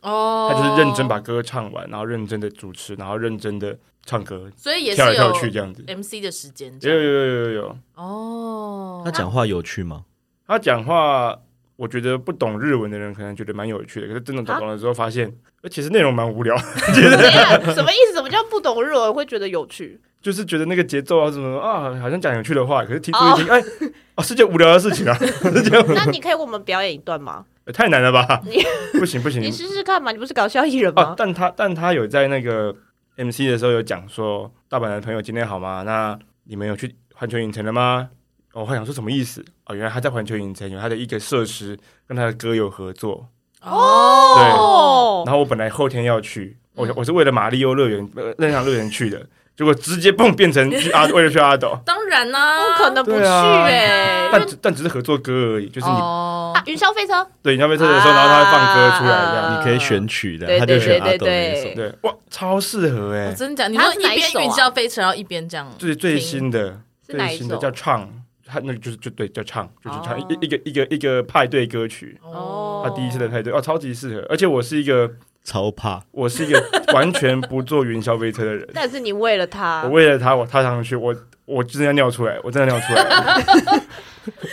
[SPEAKER 2] 哦，
[SPEAKER 4] 他就是认真把，歌唱完，然后认真的主持，然后认真的唱歌，
[SPEAKER 2] 所以也是
[SPEAKER 4] 跳来跳
[SPEAKER 2] 有
[SPEAKER 4] 去这样子。
[SPEAKER 2] MC 的时间这
[SPEAKER 4] 有有
[SPEAKER 2] 样，
[SPEAKER 4] 有有有有，
[SPEAKER 2] 哦，
[SPEAKER 1] 他讲话有趣吗？
[SPEAKER 4] 他讲话，我觉得不懂日文的人可能觉得蛮有趣的，可是真的
[SPEAKER 2] 啊
[SPEAKER 4] 懂了之后发现，呃其实内容蛮无聊，
[SPEAKER 3] 等一下什么意思？什么叫不懂日文会觉得有趣？
[SPEAKER 4] 就是觉得那个节奏啊什么啊，好像讲有趣的话，可是听
[SPEAKER 2] 哦
[SPEAKER 4] 听一听，哎，啊，是件无聊的事
[SPEAKER 2] (laughs)
[SPEAKER 4] 情啊， (laughs)
[SPEAKER 3] 那你可以为我们表演一段吗？
[SPEAKER 4] 呃太难了吧
[SPEAKER 3] 你？
[SPEAKER 4] 不行不行
[SPEAKER 3] 你试试看嘛，你不是搞笑艺人
[SPEAKER 4] 啊！
[SPEAKER 3] 吗？
[SPEAKER 4] 但他但他有在那个 MC 的时候有讲说，大阪的朋友今天好吗？那你们有去环球影城了吗？哦我还想说什么意思哦，原来他在环球影城有他的一个设施跟他的歌有合作，
[SPEAKER 2] 哦，嗯
[SPEAKER 4] 然后我本来后天要去，我我是为了马里奥乐园呃任天堂乐园去的，结果直接蹦变成
[SPEAKER 2] (laughs)
[SPEAKER 4] 去阿为了去阿斗，
[SPEAKER 2] 当然啦，
[SPEAKER 3] 不可能不去
[SPEAKER 4] 对啊
[SPEAKER 3] 哎。
[SPEAKER 4] 但只但只是合作歌而已，就是你、
[SPEAKER 2] 哦
[SPEAKER 3] 啊，，云霄飞车，
[SPEAKER 4] 对你要被测的时候，然后他会放歌出来这样，
[SPEAKER 3] 啊
[SPEAKER 1] 你可以选曲的，
[SPEAKER 3] 对
[SPEAKER 1] 他就
[SPEAKER 3] 对
[SPEAKER 1] 选
[SPEAKER 3] 对
[SPEAKER 1] 阿
[SPEAKER 3] 对
[SPEAKER 1] 斗那一
[SPEAKER 3] 对
[SPEAKER 1] 首。
[SPEAKER 4] 对，哇，超适合哎、
[SPEAKER 2] 啊哦真假？你
[SPEAKER 3] 他
[SPEAKER 2] 说
[SPEAKER 3] 是
[SPEAKER 2] 一
[SPEAKER 3] 哪一
[SPEAKER 2] 边
[SPEAKER 3] 首啊
[SPEAKER 2] 云霄飞车，然后一边这样
[SPEAKER 4] 最最
[SPEAKER 2] 听
[SPEAKER 4] 新的
[SPEAKER 3] 是哪
[SPEAKER 4] 最
[SPEAKER 3] 一
[SPEAKER 4] 新的
[SPEAKER 3] 首
[SPEAKER 4] 叫唱，他那个就是就对叫唱，就是唱、
[SPEAKER 3] 哦，
[SPEAKER 4] 一一个一个一个派对歌曲，
[SPEAKER 2] 哦
[SPEAKER 4] 哦他第一次的派对哦，超级适合，而且我是一个
[SPEAKER 1] 超怕。
[SPEAKER 4] 我是一个完全不坐云霄飞车的人
[SPEAKER 3] (laughs) 但是你为了他
[SPEAKER 4] 我，为了他，我踏上去，我我真的要尿出来，我真的尿
[SPEAKER 3] (laughs)
[SPEAKER 4] 出来。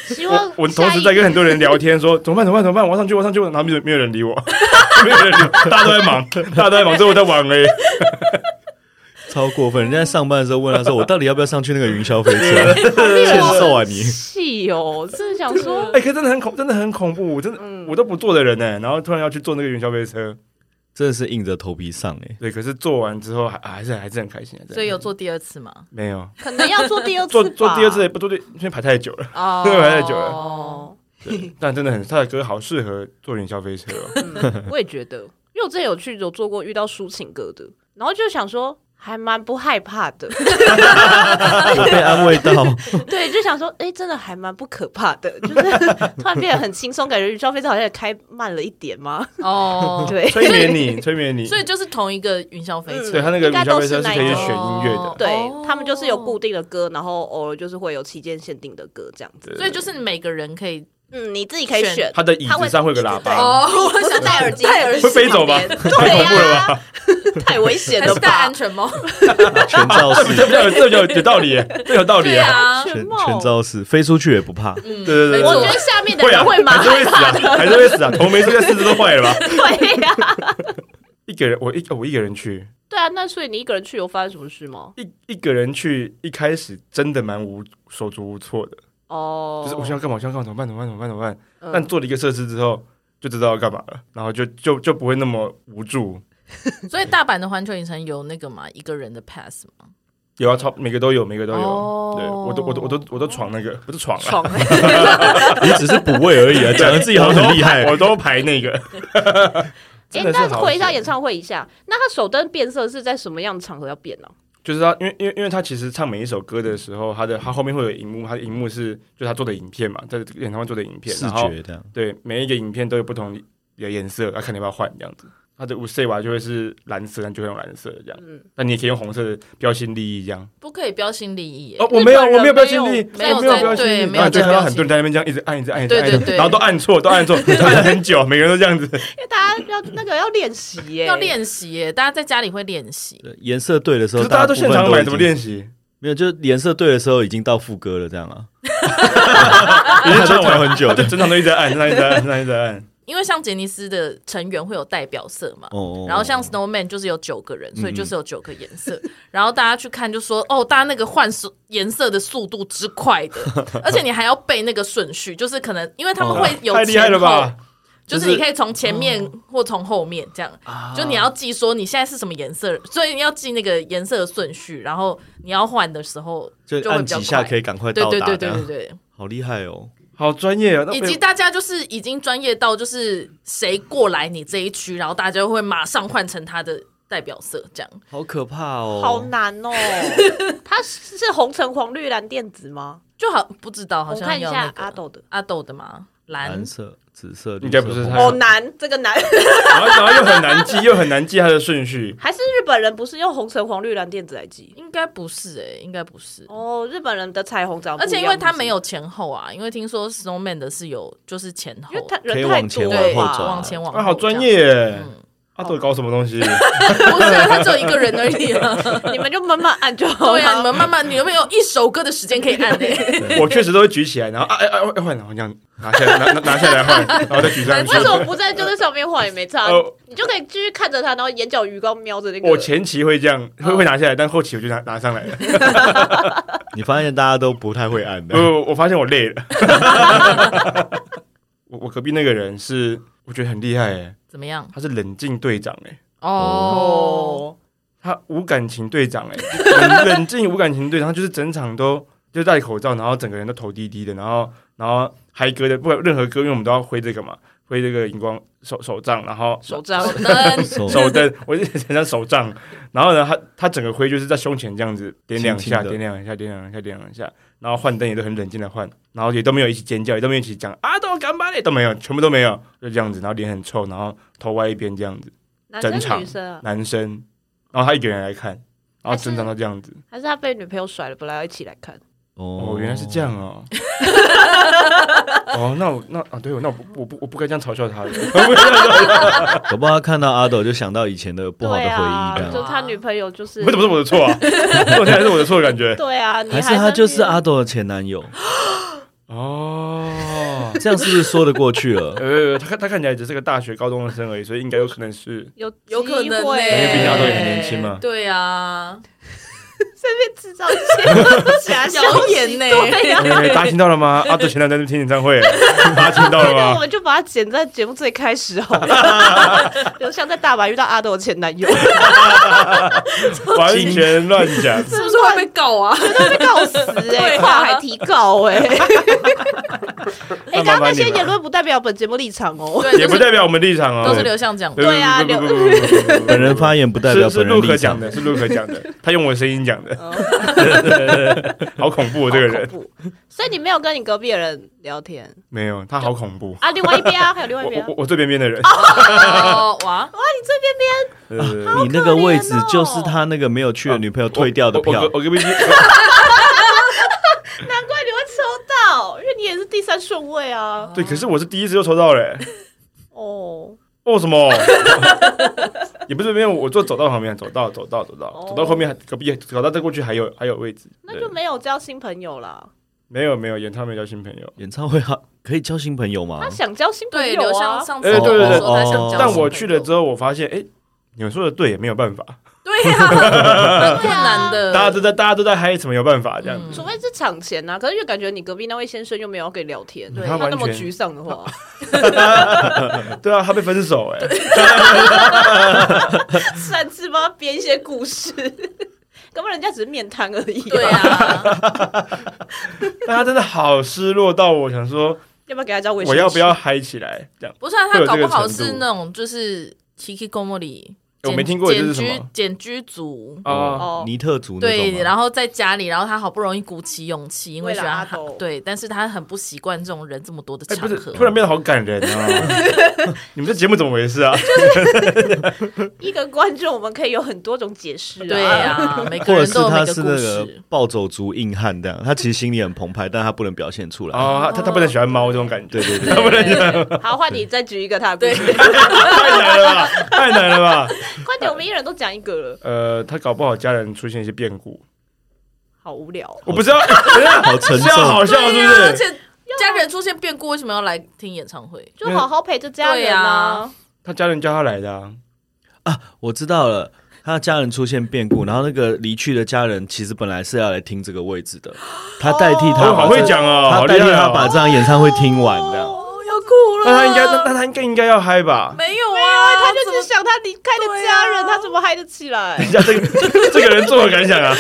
[SPEAKER 3] 希望
[SPEAKER 4] 我我
[SPEAKER 3] 下
[SPEAKER 4] 同时在
[SPEAKER 3] 一
[SPEAKER 4] 跟很多人聊天，说怎么办怎么办怎么办，我要上去我要上去，然后没有没有人理我， (laughs) 没有人理我，大家都在忙，大家都在忙，只有我在玩
[SPEAKER 3] (laughs)
[SPEAKER 4] 而已。
[SPEAKER 1] 超过分！人家在上班的时候问他说：“我到底要不要上去那个云霄飞车？”
[SPEAKER 4] (laughs)
[SPEAKER 1] 欠揍啊你！
[SPEAKER 3] 气哦，真的想说，
[SPEAKER 4] 哎、可真的很恐，真的很恐怖，我真的、
[SPEAKER 3] 嗯
[SPEAKER 4] 我都不坐的人呢、然后突然要去坐那个云霄飞车，
[SPEAKER 3] (laughs)
[SPEAKER 1] 真的是硬着头皮上哎、
[SPEAKER 4] 对，可是坐完之后还、啊还是还是很开心，还是很
[SPEAKER 2] 所以有做第二次吗？
[SPEAKER 4] 没有
[SPEAKER 3] 可能要做第二次，
[SPEAKER 4] 坐坐第二次，也不坐对，因为排太久了，
[SPEAKER 2] 哦
[SPEAKER 4] 对排太久了
[SPEAKER 2] 哦，
[SPEAKER 4] 但真的很他的歌好适合坐云霄飞车、哦，
[SPEAKER 3] 嗯，我也觉得，因为我之前有去有做过遇到抒情歌的，然后就想说还蛮不害怕的，
[SPEAKER 1] 我被
[SPEAKER 3] (laughs)
[SPEAKER 1] 安慰到，
[SPEAKER 3] 对，就想说哎、真的还蛮不可怕的，就是 (laughs) 突然变得很轻松，感觉消费者好像也开慢了一点 (laughs) 嘛，
[SPEAKER 2] (laughs) 哦，
[SPEAKER 3] 对。
[SPEAKER 4] 催眠你，催眠你。
[SPEAKER 2] 所以就是同一个云霄飞车
[SPEAKER 4] 对他那
[SPEAKER 3] 应
[SPEAKER 4] 个云
[SPEAKER 3] 该
[SPEAKER 4] 霄
[SPEAKER 3] 都
[SPEAKER 4] 飞
[SPEAKER 3] 是
[SPEAKER 4] 车是可以选音乐
[SPEAKER 2] 那一种
[SPEAKER 4] 的，
[SPEAKER 3] 对、
[SPEAKER 2] 哦
[SPEAKER 3] 他们就是有固定的歌，然后偶尔就是会有期间限定的歌这样子。
[SPEAKER 4] 对
[SPEAKER 2] 所以就是每个人可以
[SPEAKER 3] 嗯，你自己可以
[SPEAKER 2] 选
[SPEAKER 3] 选，
[SPEAKER 4] 他的椅子上会有个喇叭，
[SPEAKER 2] 哦我
[SPEAKER 3] 不是戴耳机，
[SPEAKER 2] 戴耳机
[SPEAKER 4] 会飞走吧？
[SPEAKER 3] 旁边
[SPEAKER 4] 太恐怖了吧？
[SPEAKER 3] 对呀，啊太危险
[SPEAKER 2] 还
[SPEAKER 3] 了
[SPEAKER 2] 是戴
[SPEAKER 3] 吧
[SPEAKER 2] 安？全帽，
[SPEAKER 1] 全罩 (laughs) 式，
[SPEAKER 4] 这比较有这比较有有道 (laughs) 理耶，这有 (laughs) 道理
[SPEAKER 2] 对
[SPEAKER 4] 耶。
[SPEAKER 2] 啊，
[SPEAKER 1] 全
[SPEAKER 3] 全帽
[SPEAKER 1] 全罩式，飞出去也不怕。
[SPEAKER 2] 嗯，
[SPEAKER 4] 对对对对
[SPEAKER 2] 没
[SPEAKER 3] 我
[SPEAKER 2] 错
[SPEAKER 3] 觉得下面的
[SPEAKER 4] 会啊，
[SPEAKER 3] 人会蛮
[SPEAKER 4] 还是
[SPEAKER 3] 害
[SPEAKER 4] 会死
[SPEAKER 3] 怕的。
[SPEAKER 4] 啊，还是会死啊！头没这个四肢都坏了吧？
[SPEAKER 3] 对啊呀、
[SPEAKER 4] 一个人，我一我一个人去，
[SPEAKER 3] (laughs) 对啊，那所以你一个人去有发生什么事吗？
[SPEAKER 4] 一一个人去，一开始真的蛮无手足无措的，
[SPEAKER 3] 哦，
[SPEAKER 4] 就是我想要干嘛，我想要干嘛，怎么办？怎么办？怎么办？怎么办？
[SPEAKER 3] 嗯
[SPEAKER 4] 但做了一个设置之后，就知道要干嘛了，然后就就就不会那么无助。
[SPEAKER 2] 所以大阪的环球影城有那个嘛一个人的 pass 吗？
[SPEAKER 4] 有啊，超每个都有，每个都有。
[SPEAKER 2] 哦
[SPEAKER 4] 对，我都我都
[SPEAKER 2] (laughs)
[SPEAKER 4] 我都我都闯那个，不是闯啊， (laughs)
[SPEAKER 3] 爽、欸，
[SPEAKER 1] 你只是补位而已啊，讲的自己好像很厉害。
[SPEAKER 4] (laughs) 我都排那个。
[SPEAKER 3] 哎、
[SPEAKER 4] 真的是
[SPEAKER 3] 那
[SPEAKER 4] 好
[SPEAKER 3] 回到
[SPEAKER 4] 险
[SPEAKER 3] 演唱会一下，那他手灯变色是在什么样的场合要变啊呢、
[SPEAKER 4] 就是他，因为因为因为他其实唱每一首歌的时候，他的他后面会有荧幕，他的荧幕是就是他做的影片嘛，在演唱会做的影片，
[SPEAKER 1] 视
[SPEAKER 4] 然后
[SPEAKER 1] 觉这样，
[SPEAKER 4] 对每一个影片都有不同的颜色，要看你要不要换这样子。他的五 C 娃就会是蓝色，那就会用蓝色这样。
[SPEAKER 3] 嗯，
[SPEAKER 4] 那你也可以用红色的标新立异这样。
[SPEAKER 2] 不可以标新立异耶
[SPEAKER 4] 哦，我没
[SPEAKER 2] 日本
[SPEAKER 4] 有，
[SPEAKER 2] 人
[SPEAKER 4] 我没有标新立异，
[SPEAKER 2] 没有
[SPEAKER 4] 我没有
[SPEAKER 2] 在
[SPEAKER 4] 标新立
[SPEAKER 2] 对
[SPEAKER 4] 异。
[SPEAKER 2] 没
[SPEAKER 4] 然后
[SPEAKER 2] 有
[SPEAKER 4] 你就看
[SPEAKER 2] 在
[SPEAKER 4] 到
[SPEAKER 2] 标
[SPEAKER 4] 很多
[SPEAKER 2] 新
[SPEAKER 4] 人在那边这样一直按，一直按，一直
[SPEAKER 2] 对
[SPEAKER 4] 按，一
[SPEAKER 2] 对
[SPEAKER 4] 直按
[SPEAKER 2] 对
[SPEAKER 4] 然后都按错，都 (laughs) 按错，按了很久，每个人 (laughs) 都这样子。
[SPEAKER 3] 因为大家要那个要练习耶，
[SPEAKER 2] 欸要。练习耶，大家在家里会练习。
[SPEAKER 1] 对颜色对的时
[SPEAKER 4] 可
[SPEAKER 1] 候，
[SPEAKER 4] 是大家都
[SPEAKER 1] 部
[SPEAKER 4] 现
[SPEAKER 1] 分
[SPEAKER 4] 场买，
[SPEAKER 1] 已
[SPEAKER 4] 怎么
[SPEAKER 1] 经
[SPEAKER 4] 练习？
[SPEAKER 1] 没有，就是颜色对的时候已经到副歌了，这样啊，
[SPEAKER 4] 已经
[SPEAKER 1] 都调很久
[SPEAKER 4] 就
[SPEAKER 1] 的。
[SPEAKER 4] 整场都一直在按，一直按，一直按，一直按一直 (laughs) 按。
[SPEAKER 2] 因为像杰尼斯的成员会有代表色嘛，
[SPEAKER 1] 哦
[SPEAKER 2] 然后像 Snowman 就是有九个人，所以就是有九个颜色。 (laughs) 然后大家去看就说，哦，大家那个换色颜色的速度之快的，而且你还要背那个顺序，就是可能因为他们会有
[SPEAKER 4] 啊哦太厉害
[SPEAKER 2] 前
[SPEAKER 4] 了
[SPEAKER 2] 后
[SPEAKER 4] 吧，？
[SPEAKER 2] 就是你可以从前面或从后面这样，
[SPEAKER 1] 啊
[SPEAKER 2] 就你要记说你现在是什么颜色，所以你要记那个颜色的顺序，然后你要换的时候
[SPEAKER 1] 就
[SPEAKER 2] 就会
[SPEAKER 1] 按
[SPEAKER 2] 比较
[SPEAKER 1] 几下
[SPEAKER 2] 快
[SPEAKER 1] 可以赶快
[SPEAKER 2] 对
[SPEAKER 1] 到
[SPEAKER 2] 对
[SPEAKER 1] 达，这
[SPEAKER 2] 对对
[SPEAKER 1] 样
[SPEAKER 2] 对对，
[SPEAKER 1] 好厉害哦！
[SPEAKER 4] 好专业啊！那
[SPEAKER 2] 以及大家就是已经专业到，就是谁过来你这一区，然后大家会马上换成他的代表色，这样
[SPEAKER 1] 好可怕哦！
[SPEAKER 3] 好难
[SPEAKER 2] (laughs)
[SPEAKER 3] 哦，他是是红橙黄绿蓝靛紫吗？
[SPEAKER 2] 就好不知道，好
[SPEAKER 3] 我
[SPEAKER 2] 像
[SPEAKER 3] 看一
[SPEAKER 2] 有
[SPEAKER 3] 下啊
[SPEAKER 2] 那
[SPEAKER 3] 阿
[SPEAKER 2] 个
[SPEAKER 3] 斗的，
[SPEAKER 2] 阿斗的吗？蓝
[SPEAKER 1] 蓝，色、紫色，
[SPEAKER 4] 应该不是
[SPEAKER 1] 绿色
[SPEAKER 4] 他
[SPEAKER 1] 红
[SPEAKER 3] 哦难，这个难， (laughs)
[SPEAKER 4] 然后然后又很难记，又很难记它的顺序。
[SPEAKER 3] 还是日本人不是用红橙黄绿蓝靛紫来记？
[SPEAKER 2] 应该不是哎、应该不是。
[SPEAKER 3] 哦，日本人的彩虹长得
[SPEAKER 2] 而
[SPEAKER 3] 不一样，
[SPEAKER 2] 且因为他
[SPEAKER 3] 是不是
[SPEAKER 2] 没，有前后啊，因为听说 Snowman 的是有就是前后
[SPEAKER 3] 因，为他
[SPEAKER 1] 可以
[SPEAKER 3] 人
[SPEAKER 1] 往
[SPEAKER 3] 太
[SPEAKER 1] 前
[SPEAKER 3] 多
[SPEAKER 2] 对，
[SPEAKER 3] 了
[SPEAKER 1] 往后转
[SPEAKER 3] 吧，
[SPEAKER 2] 往前往后，
[SPEAKER 4] 啊，好嗯专业耶！阿
[SPEAKER 3] 好
[SPEAKER 4] 豆搞什么 (laughs) 东西？
[SPEAKER 2] 这 (laughs) 样！不是啊，他只有一个人而
[SPEAKER 3] (laughs)
[SPEAKER 2] 已啊。
[SPEAKER 3] 你们就慢慢按就好了。
[SPEAKER 2] 对啊，你
[SPEAKER 3] (laughs)
[SPEAKER 2] 们慢慢，你有没有一首歌的时间可以按欸
[SPEAKER 4] 我确实都会举起来，然后啊哎哎哎换，然后这样拿下来，拿拿拿下来换，然后再举 (laughs) 上去
[SPEAKER 3] 为。什么不在就在上面画也没差？
[SPEAKER 1] 哦
[SPEAKER 4] 呃
[SPEAKER 3] 你就可以继续看着他，然后眼角余光瞄着那个。
[SPEAKER 4] 我前期会这样，会会拿下来，但后期我就拿拿上来了。
[SPEAKER 1] 你发现大家都不太会按的，
[SPEAKER 4] 呃我我发现我累了。 (laughs) 我我隔壁那个人是，我觉得很厉害哎，
[SPEAKER 2] 怎么样？
[SPEAKER 4] 他是冷静队长哎，
[SPEAKER 2] 哦，
[SPEAKER 3] 哦，
[SPEAKER 4] 他无感情队长哎、冷 (laughs) 冷静无感情队长，他就是整场都就戴口罩，然后整个人都头低低的，然后然后嗨歌的，不管任何歌，因为我们都要挥这个嘛，挥这个荧光手手杖，然后
[SPEAKER 3] 手杖， (laughs)
[SPEAKER 2] 灯
[SPEAKER 1] 手
[SPEAKER 4] 手灯，我就很像手杖，然后呢，他他整个挥就是在胸前这样子点两
[SPEAKER 1] 轻轻
[SPEAKER 4] 下，
[SPEAKER 1] 地
[SPEAKER 4] 点两下，点两下，点两下，然后换灯也都很冷静的换，然后也都没有一起尖叫，也都没有一起讲啊，都干巴嘞，都没有，全部都没有，就这样子，然后脸很臭，然后头歪一边这样子，
[SPEAKER 3] 男
[SPEAKER 4] 整
[SPEAKER 3] 生
[SPEAKER 4] 场
[SPEAKER 3] 女生啊？
[SPEAKER 4] 男生，然后他一个人来看，哦然后整场都这样子。
[SPEAKER 3] 还是他被女朋友甩了，本来要一起来看？
[SPEAKER 1] 哦
[SPEAKER 4] 哦，原来是这样哦。哦，那我那啊，对，那我不我不我不该这样嘲笑
[SPEAKER 1] (laughs)
[SPEAKER 4] 他的。
[SPEAKER 1] 搞不好他看到阿斗就想到以前的不好的回
[SPEAKER 3] 对
[SPEAKER 1] 忆，
[SPEAKER 3] 啊
[SPEAKER 1] 这样、，
[SPEAKER 3] 就他女朋友就是
[SPEAKER 4] 为什么是我的错啊？ (laughs) 我现在是我的错的感觉。
[SPEAKER 3] 对啊，你
[SPEAKER 1] 还是
[SPEAKER 3] 是
[SPEAKER 1] 他就是
[SPEAKER 3] 啊
[SPEAKER 1] 阿，斗的前男友，
[SPEAKER 4] 哦，
[SPEAKER 1] 这样是不是说得过去
[SPEAKER 4] (laughs)
[SPEAKER 1] 了？
[SPEAKER 4] 呃，他看他看起来只是个大学高中生而已，所以应该有可能是，
[SPEAKER 3] 有
[SPEAKER 2] 有可能
[SPEAKER 3] 机会
[SPEAKER 2] 欸
[SPEAKER 4] 因为毕竟阿斗也很年轻嘛。
[SPEAKER 2] 对啊，
[SPEAKER 3] 制造一些假消
[SPEAKER 2] 谣
[SPEAKER 3] 息
[SPEAKER 2] 言呢
[SPEAKER 3] 对 (laughs) 呀、
[SPEAKER 4] 哎大家听到了吗？阿斗前两天在听演唱会，大家听到
[SPEAKER 3] 那
[SPEAKER 4] 了
[SPEAKER 3] 我
[SPEAKER 4] 吗？
[SPEAKER 3] 们就把它剪在节目最开始好了，就像在大阪遇到阿斗的前男友，
[SPEAKER 4] 完全乱讲。
[SPEAKER 2] 是不是会被告啊？
[SPEAKER 3] 被告死哎、
[SPEAKER 2] 对
[SPEAKER 3] 欸，
[SPEAKER 2] 啊
[SPEAKER 3] 跨海提告哎、欸。哎、刚刚那些言论不代表本节目立场哦。
[SPEAKER 2] 对，
[SPEAKER 4] 也不代表我们立场哦。
[SPEAKER 2] 都是刘向讲的。
[SPEAKER 3] 对啊
[SPEAKER 4] 不不
[SPEAKER 3] 刘
[SPEAKER 4] 不不不不不不
[SPEAKER 1] 本人发言不代表
[SPEAKER 4] 是是
[SPEAKER 1] 本人
[SPEAKER 4] 陆可
[SPEAKER 1] 立
[SPEAKER 4] 讲
[SPEAKER 1] 场。
[SPEAKER 4] 的，是陆可讲的，他用我的声音讲的。好恐怖，哦，这个
[SPEAKER 3] 好
[SPEAKER 4] 人
[SPEAKER 3] 恐怖，所以你没有跟你隔壁的人聊天
[SPEAKER 4] 没有，他好恐怖。
[SPEAKER 3] 啊？另外一边啊，还有另外一
[SPEAKER 4] 我
[SPEAKER 3] 边、啊
[SPEAKER 4] 我，我最边边的人，啊
[SPEAKER 2] 哦，哇，
[SPEAKER 4] 对对对
[SPEAKER 1] 你那个位置就是他那个没有去的女朋友退掉的票
[SPEAKER 4] 哦我我，我隔壁
[SPEAKER 3] 难怪你会抽到，因为你也是第三顺位啊。
[SPEAKER 4] 对，可是我是第一次就抽到嘞。
[SPEAKER 3] 哦，
[SPEAKER 4] 哦什么？ (laughs) 也不是这边，我坐走道旁边，走道走道走道，
[SPEAKER 3] 哦
[SPEAKER 4] 走到后面还隔壁，走到再过去还有还有位置。
[SPEAKER 3] 那
[SPEAKER 4] 对
[SPEAKER 3] 就没有交新朋友啦。
[SPEAKER 4] 没有没有演唱会交新朋友，
[SPEAKER 1] 演唱会好可以交新朋友吗
[SPEAKER 3] 他？想交新朋
[SPEAKER 2] 对，
[SPEAKER 3] 友
[SPEAKER 2] 刘
[SPEAKER 3] 啊
[SPEAKER 2] 向。上次
[SPEAKER 4] 哎对对对
[SPEAKER 2] 说他想交
[SPEAKER 1] 哦
[SPEAKER 2] 新朋友，
[SPEAKER 4] 但我去了之后，我发现哎。你们说的对，也没有办法，
[SPEAKER 2] (laughs) (laughs) 对啊呀，蛮困难的。
[SPEAKER 4] 大家都在大家都在嗨，什么有办法这样子？
[SPEAKER 3] 除非是场前啊，可是又感觉你隔壁那位先生又没有要跟你聊天，
[SPEAKER 4] 对
[SPEAKER 3] 他
[SPEAKER 4] 他完
[SPEAKER 3] 那么沮
[SPEAKER 4] 全
[SPEAKER 3] 丧的话，
[SPEAKER 4] 对啊，他被分手哎、 (laughs)
[SPEAKER 3] 擅自帮他编一些故事， (laughs) 根本人家只是面瘫而已、
[SPEAKER 2] (laughs) 对，啊，
[SPEAKER 4] 大家真的好失落到我想说，
[SPEAKER 3] 要不要给他交卫生
[SPEAKER 4] 我
[SPEAKER 3] 纸？
[SPEAKER 4] 要不要嗨起来？这样
[SPEAKER 2] 不是啊，
[SPEAKER 4] 会
[SPEAKER 2] 他
[SPEAKER 4] 有
[SPEAKER 2] 搞
[SPEAKER 4] 这个
[SPEAKER 2] 不好
[SPEAKER 4] 程度
[SPEAKER 2] 是那种就是奇奇 k 莫里，
[SPEAKER 4] 哎我
[SPEAKER 2] 简
[SPEAKER 4] 没听过这
[SPEAKER 2] 简
[SPEAKER 4] 是什
[SPEAKER 2] 居
[SPEAKER 4] 么
[SPEAKER 2] 简居族。
[SPEAKER 4] 哦，
[SPEAKER 3] 哦
[SPEAKER 1] 尼特族那
[SPEAKER 2] 对，
[SPEAKER 1] 种吗？
[SPEAKER 2] 然后在家里，然后他好不容易鼓起勇气，因为
[SPEAKER 3] 为了
[SPEAKER 2] 喜欢
[SPEAKER 3] 阿
[SPEAKER 2] 他
[SPEAKER 3] 斗
[SPEAKER 2] 对，但是他很不习惯这种人这么多的
[SPEAKER 4] 哎、
[SPEAKER 2] 场
[SPEAKER 4] 不是，
[SPEAKER 2] 合。
[SPEAKER 4] 突然变得好感人啊！你们这节目怎么回事啊？
[SPEAKER 3] 一个观众？我们可以有很多种解释、啊。
[SPEAKER 2] 对呀、每个
[SPEAKER 1] 或者
[SPEAKER 2] 人
[SPEAKER 1] 是
[SPEAKER 2] 都有
[SPEAKER 1] 他
[SPEAKER 2] 每个
[SPEAKER 4] (laughs)
[SPEAKER 1] 是
[SPEAKER 2] 故
[SPEAKER 1] 那个
[SPEAKER 2] 事。
[SPEAKER 1] 暴走族硬汉这样，他其实心里很澎湃，但他不能表现出来。
[SPEAKER 4] 哦，他他不能喜欢猫这种感觉，
[SPEAKER 1] 对对对，
[SPEAKER 4] (laughs) 他不能喜欢，
[SPEAKER 3] 好，换你再举一个他的故
[SPEAKER 2] 对，
[SPEAKER 3] 事。 (laughs)
[SPEAKER 4] 太难了吧，太难了吧？
[SPEAKER 3] 快点，我们一人都讲一个了，
[SPEAKER 4] 呃，他搞不好家人出现一些变故，
[SPEAKER 3] 好无聊哦。
[SPEAKER 4] 我不知道，等一下
[SPEAKER 1] 好沉
[SPEAKER 4] 是要
[SPEAKER 1] 重。
[SPEAKER 4] (laughs) 好笑
[SPEAKER 2] 对
[SPEAKER 4] 是不
[SPEAKER 2] 呀、啊而
[SPEAKER 4] 是？
[SPEAKER 2] 且家人出现变故，为什么要来听演唱会？
[SPEAKER 3] 就好好陪着家人啊。
[SPEAKER 4] 他家人叫他来的啊，
[SPEAKER 1] 我知道了，他家人出现变故，然后那个离去的家人其实本来是要来听这个位置
[SPEAKER 2] (gasps)
[SPEAKER 1] 的，他代替他
[SPEAKER 4] 他
[SPEAKER 1] 把
[SPEAKER 4] 好
[SPEAKER 1] 这，
[SPEAKER 4] 会讲哦，好
[SPEAKER 1] 他代
[SPEAKER 4] 厉
[SPEAKER 1] 替
[SPEAKER 4] 害
[SPEAKER 1] 他把
[SPEAKER 4] 哦。
[SPEAKER 1] 这场演唱会听完这
[SPEAKER 2] (laughs)
[SPEAKER 1] 样。
[SPEAKER 2] 哦，要哭了。
[SPEAKER 4] 那他应该，那那他应该应该要嗨吧？
[SPEAKER 2] 没有啊，
[SPEAKER 3] 他
[SPEAKER 2] 怎
[SPEAKER 3] 就
[SPEAKER 2] 么
[SPEAKER 3] 是想他离开的家人，
[SPEAKER 2] 对啊
[SPEAKER 3] 他怎么嗨得起来？
[SPEAKER 4] 等一下，这个这个人作何感想
[SPEAKER 2] (laughs)
[SPEAKER 4] 啊？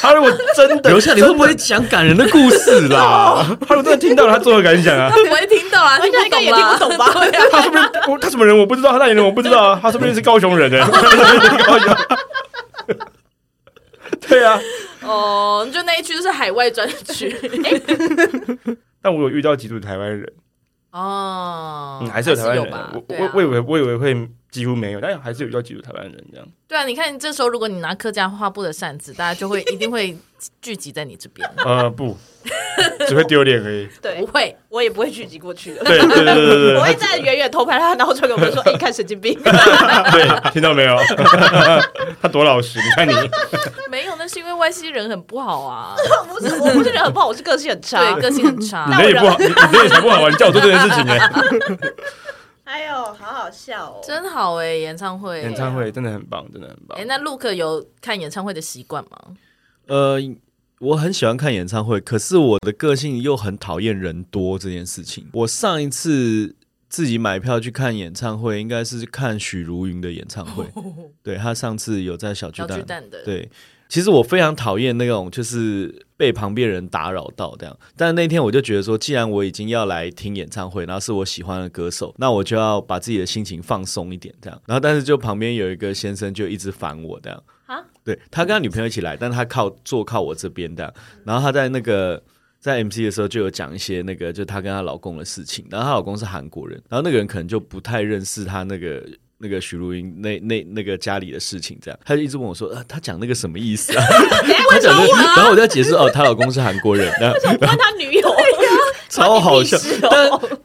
[SPEAKER 4] 他如果真的
[SPEAKER 1] 留下你会不会讲感人的故事
[SPEAKER 2] (laughs)
[SPEAKER 1] 啦？
[SPEAKER 4] 他如果真的听到了，他作何感想啊？
[SPEAKER 2] 他不会听
[SPEAKER 3] (laughs)
[SPEAKER 2] 到啦，
[SPEAKER 3] 而
[SPEAKER 2] 听
[SPEAKER 3] 且他应该
[SPEAKER 2] 懂
[SPEAKER 3] 也听
[SPEAKER 2] 啦，
[SPEAKER 3] 不懂吧？
[SPEAKER 4] 他是不是我他什么人我不知道，他哪里人我不知道啊，他说不定是高雄人呢、欸 (laughs) 啊高雄。对啊，
[SPEAKER 2] 哦，就那一区是海外专
[SPEAKER 3] (laughs)
[SPEAKER 2] 区
[SPEAKER 4] 但我有遇到几组台湾人，
[SPEAKER 2] 哦
[SPEAKER 4] 嗯，还是有台湾人
[SPEAKER 2] 吧
[SPEAKER 4] 啊。我？
[SPEAKER 2] 对
[SPEAKER 4] 我
[SPEAKER 2] 啊
[SPEAKER 4] 我以为我以为会几乎没有，但还是有遇到几组台湾人这样。
[SPEAKER 2] 对啊，你看这时候如果你拿客家话布的扇子，大家就会一定会聚集在你这
[SPEAKER 4] (laughs)
[SPEAKER 2] 边，
[SPEAKER 4] 呃，不，只会丢脸而
[SPEAKER 3] (laughs)
[SPEAKER 4] 已。
[SPEAKER 2] 不
[SPEAKER 3] 对，
[SPEAKER 2] 会。
[SPEAKER 3] 我也不会聚集过去的。
[SPEAKER 4] 对对对对
[SPEAKER 3] (laughs)
[SPEAKER 4] 对
[SPEAKER 3] 我
[SPEAKER 4] 对
[SPEAKER 3] 会在远远偷拍他，然后传给我们说：“哎，你看神经病。 (laughs)
[SPEAKER 4] 对，听到没有？ (laughs) 他多老实，你
[SPEAKER 2] (laughs)
[SPEAKER 4] 看你。
[SPEAKER 2] 没有，那是因为外星人很不好
[SPEAKER 3] (laughs)
[SPEAKER 2] 啊，”
[SPEAKER 3] 不是，我不是人很不好，我是个性很差
[SPEAKER 2] 对，。个性很差
[SPEAKER 3] (laughs)
[SPEAKER 4] 你。人也不好，你你人也才不好玩，你叫我做这件事
[SPEAKER 2] (laughs)
[SPEAKER 4] 情哎、
[SPEAKER 3] 哎呦，好好笑哦！
[SPEAKER 2] 真好哎、演唱会。
[SPEAKER 4] 演唱会真的很棒，真的很棒
[SPEAKER 2] 哎、。那 Luke 有看演唱会的习惯吗？
[SPEAKER 1] 呃，我很喜欢看演唱会，可是我的个性又很讨厌人多这件事情。我上一次自己买票去看演唱会，应该是看许茹芸的演唱
[SPEAKER 2] (laughs)
[SPEAKER 1] 会，对她上次有在小巨
[SPEAKER 2] 小
[SPEAKER 1] 蛋
[SPEAKER 2] 巨，蛋的，
[SPEAKER 1] 对。其实我非常讨厌那种就是被旁边人打扰到这样，但那天我就觉得说，既然我已经要来听演唱会，然后是我喜欢的歌手，那我就要把自己的心情放松一点这样。然后但是就旁边有一个先生就一直烦我这样
[SPEAKER 3] 啊，
[SPEAKER 1] 对他跟他女朋友一起来，但他靠坐靠我这边这样，然后他在那个。在 MC 的时候就有讲一些那个，就她跟她老公的事情，然后她老公是韩国人，然后那个人可能就不太认识她那个那个许茹芸那那那个家里的事情，这样，他就一直问我说，啊，他讲那个什么意思啊？他讲那个，然后我就在解释，哦，她老公是韩国人，那
[SPEAKER 3] 关他女友，
[SPEAKER 1] 超好笑
[SPEAKER 3] 关你屁事哦。
[SPEAKER 1] 但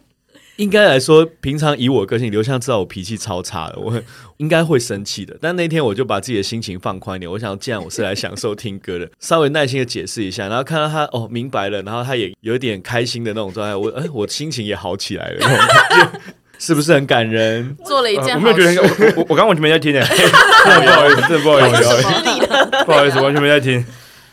[SPEAKER 1] 应该来说，平常以我个性，刘向知道我脾气超差的，我应该会生气的。但那天我就把自己的心情放宽一点，我想，既然我是来享受听歌的，稍微耐心的解释一下，然后看到他哦明白了，然后他也有点开心的那种状态，我哎、我心情也好起来了，那 (laughs) 种感觉是不是很感人？
[SPEAKER 2] 做了一件
[SPEAKER 4] 啊呃我
[SPEAKER 2] 好
[SPEAKER 4] 没有觉
[SPEAKER 2] 事，
[SPEAKER 4] 得很我我我我刚完全没在听
[SPEAKER 2] (laughs)
[SPEAKER 4] 诶，真的不好意思，真的不好意思，不好意思，
[SPEAKER 2] 失礼
[SPEAKER 4] (laughs)
[SPEAKER 2] 了。
[SPEAKER 4] 不好意思，完全没在听。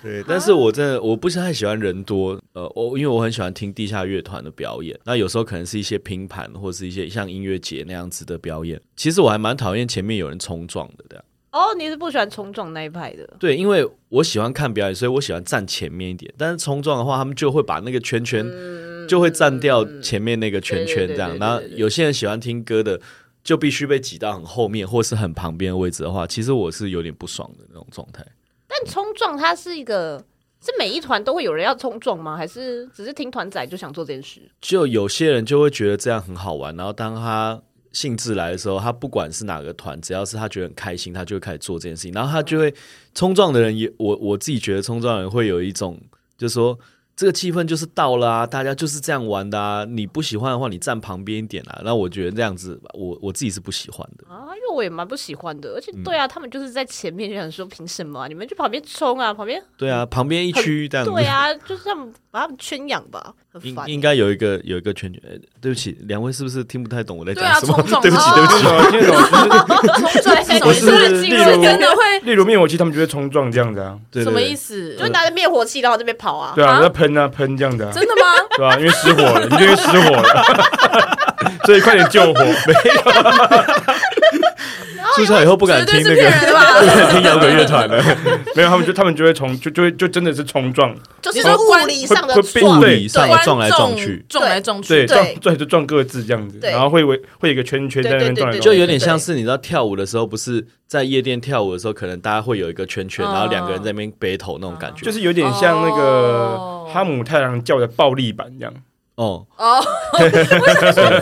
[SPEAKER 1] 对，但是我真的我不是太喜欢人多，呃，我因为我很喜欢听地下乐团的表演，那有时候可能是一些拼盘或是一些像音乐节那样子的表演。其实我还蛮讨厌前面有人冲撞的，这样
[SPEAKER 3] 哦，你是不喜欢冲撞那一派的，
[SPEAKER 1] 对，因为我喜欢看表演，所以我喜欢站前面一点。但是冲撞的话，他们就会把那个圈圈、
[SPEAKER 2] 嗯
[SPEAKER 1] 就会占掉前面那个圈圈，这样。
[SPEAKER 2] 对对对对对对
[SPEAKER 1] 然后有些人喜欢听歌的。就必须被挤到很后面或是很旁边的位置的话，其实我是有点不爽的那种状态。
[SPEAKER 3] 但冲撞它是一个，是每一团都会有人要冲撞吗？还是只是听团仔就想做这件事？
[SPEAKER 1] 就有些人就会觉得这样很好玩，然后当他兴致来的时候，他不管是哪个团，只要是他觉得很开心，他就会开始做这件事情，然后他就会冲撞的人也，我我自己觉得冲撞的人会有一种，就是说这个气氛就是到了啊，大家就是这样玩的啊，你不喜欢的话，你站旁边一点啊，那我觉得这样子，我我自己是不喜欢的。
[SPEAKER 3] 啊，因为我也蛮不喜欢的，而且对啊，他们就是在前面就想说，凭什么、啊、你们去旁边冲啊？旁边
[SPEAKER 1] 对啊，旁边一区这样子，
[SPEAKER 3] 对啊，就是他们把他们圈养吧，很
[SPEAKER 1] 应
[SPEAKER 3] 烦。
[SPEAKER 1] 应该有一个有一个圈圈。呃对不起，两位是不是听不太懂我在
[SPEAKER 2] 对
[SPEAKER 1] 讲
[SPEAKER 2] 啊，
[SPEAKER 1] 什么？(laughs)
[SPEAKER 2] 冲撞，
[SPEAKER 1] 对不起，对不起。
[SPEAKER 2] 哦
[SPEAKER 4] 听得懂听得懂，就是
[SPEAKER 2] 冲撞是什么
[SPEAKER 4] 我
[SPEAKER 2] 意
[SPEAKER 4] 是
[SPEAKER 2] 思？
[SPEAKER 4] 例
[SPEAKER 2] 进入
[SPEAKER 4] 如
[SPEAKER 2] 真的会
[SPEAKER 4] 例如灭火器，他们就会冲撞这样子啊，
[SPEAKER 1] 对对
[SPEAKER 2] 什么
[SPEAKER 1] 对
[SPEAKER 2] 意思
[SPEAKER 3] 就？拿着灭火器，然后这边跑啊。
[SPEAKER 4] 对啊，
[SPEAKER 2] 啊
[SPEAKER 4] 在喷啊喷这样子啊，
[SPEAKER 2] 真的吗？
[SPEAKER 4] 对啊，因为失火了，你就因为失火了，
[SPEAKER 2] (laughs)
[SPEAKER 4] 所以快点救 (laughs) 火，
[SPEAKER 1] 至少以后不敢
[SPEAKER 2] 绝
[SPEAKER 1] 听
[SPEAKER 2] 对
[SPEAKER 1] 那个
[SPEAKER 2] 是骗。人的吧？
[SPEAKER 4] 听摇滚乐团了， (laughs) 没有，他们就他们就会冲，就就会就真的是冲撞，
[SPEAKER 3] 就是
[SPEAKER 2] 你说
[SPEAKER 3] 物
[SPEAKER 2] 关
[SPEAKER 3] 理上的
[SPEAKER 4] 会会被
[SPEAKER 3] 撞
[SPEAKER 1] 物
[SPEAKER 4] 对
[SPEAKER 1] 理上的
[SPEAKER 2] 观
[SPEAKER 1] 撞来撞
[SPEAKER 2] 众
[SPEAKER 1] 去，
[SPEAKER 2] 撞来撞去
[SPEAKER 3] 对
[SPEAKER 4] 对，。撞撞就撞各自这样子，
[SPEAKER 3] 对
[SPEAKER 4] 然后会围会有一个圈圈在那边
[SPEAKER 3] 对对
[SPEAKER 4] 转来
[SPEAKER 3] 对
[SPEAKER 1] 就
[SPEAKER 4] 转去，
[SPEAKER 1] 有点像是你知道跳舞的时候，不是在夜店跳舞的时候，可能大家会有一个圈圈，
[SPEAKER 2] 嗯
[SPEAKER 1] 然后两个人在那边 battle 那种感觉，
[SPEAKER 4] 就是是有点像那个
[SPEAKER 2] 哦
[SPEAKER 4] 哈姆太郎教的暴力版这样，
[SPEAKER 1] 哦， (laughs)
[SPEAKER 2] 哦，我想说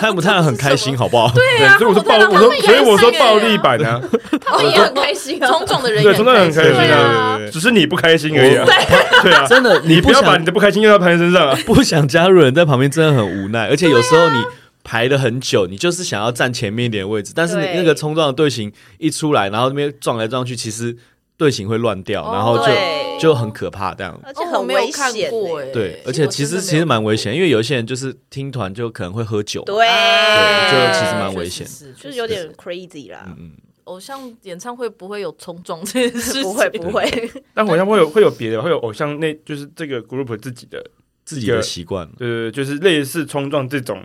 [SPEAKER 1] 汉姆太郎很开心，好不好？对，
[SPEAKER 4] 对，所以我说暴，
[SPEAKER 2] 哈姆
[SPEAKER 4] 我
[SPEAKER 2] 太郎他
[SPEAKER 4] 说
[SPEAKER 2] 们也
[SPEAKER 4] 所以我说
[SPEAKER 2] 很
[SPEAKER 4] 暴
[SPEAKER 2] 伤人啊
[SPEAKER 4] 力版啊，
[SPEAKER 3] 他们也很开心啊。
[SPEAKER 2] 冲撞的人
[SPEAKER 4] 对，
[SPEAKER 2] 也
[SPEAKER 4] 冲撞得很开心
[SPEAKER 2] 对啊，
[SPEAKER 4] 啊，只是你不开心而已啊， (laughs) 对
[SPEAKER 1] (laughs)
[SPEAKER 4] 啊，
[SPEAKER 1] 真的，
[SPEAKER 4] 你
[SPEAKER 1] 不
[SPEAKER 4] 不要把
[SPEAKER 1] 想
[SPEAKER 4] 你的不开心用到旁人身上啊。
[SPEAKER 1] 不想加入人在旁边，真的很无奈，而且有时候你。排了很久，你就是想要站前面一点的位置，但是你
[SPEAKER 3] 对
[SPEAKER 1] 那个冲撞的队形一出来，然后那边撞来撞去，其实队形会乱掉，然后就
[SPEAKER 3] 对
[SPEAKER 1] 就很可怕这样。
[SPEAKER 3] 而且
[SPEAKER 2] 哦，我
[SPEAKER 3] 很
[SPEAKER 2] 没有
[SPEAKER 3] 危
[SPEAKER 2] 看
[SPEAKER 3] 险
[SPEAKER 2] 过
[SPEAKER 3] 欸
[SPEAKER 2] 哎。
[SPEAKER 1] 对，而且其实其实蛮危险，因为有一些人就是听团就可能会喝酒，
[SPEAKER 3] 对，
[SPEAKER 1] 对就其实蛮危险
[SPEAKER 2] 的，
[SPEAKER 3] 就是有点 crazy 啦。
[SPEAKER 1] 嗯
[SPEAKER 2] (laughs) 偶像演唱会不会有冲撞这件事情，
[SPEAKER 3] 不会不会，
[SPEAKER 4] 但偶像会有会有别的，会有偶像那就是这个 group 自己的，
[SPEAKER 1] 自己的习惯了。
[SPEAKER 4] 对对对，就是类似冲撞这种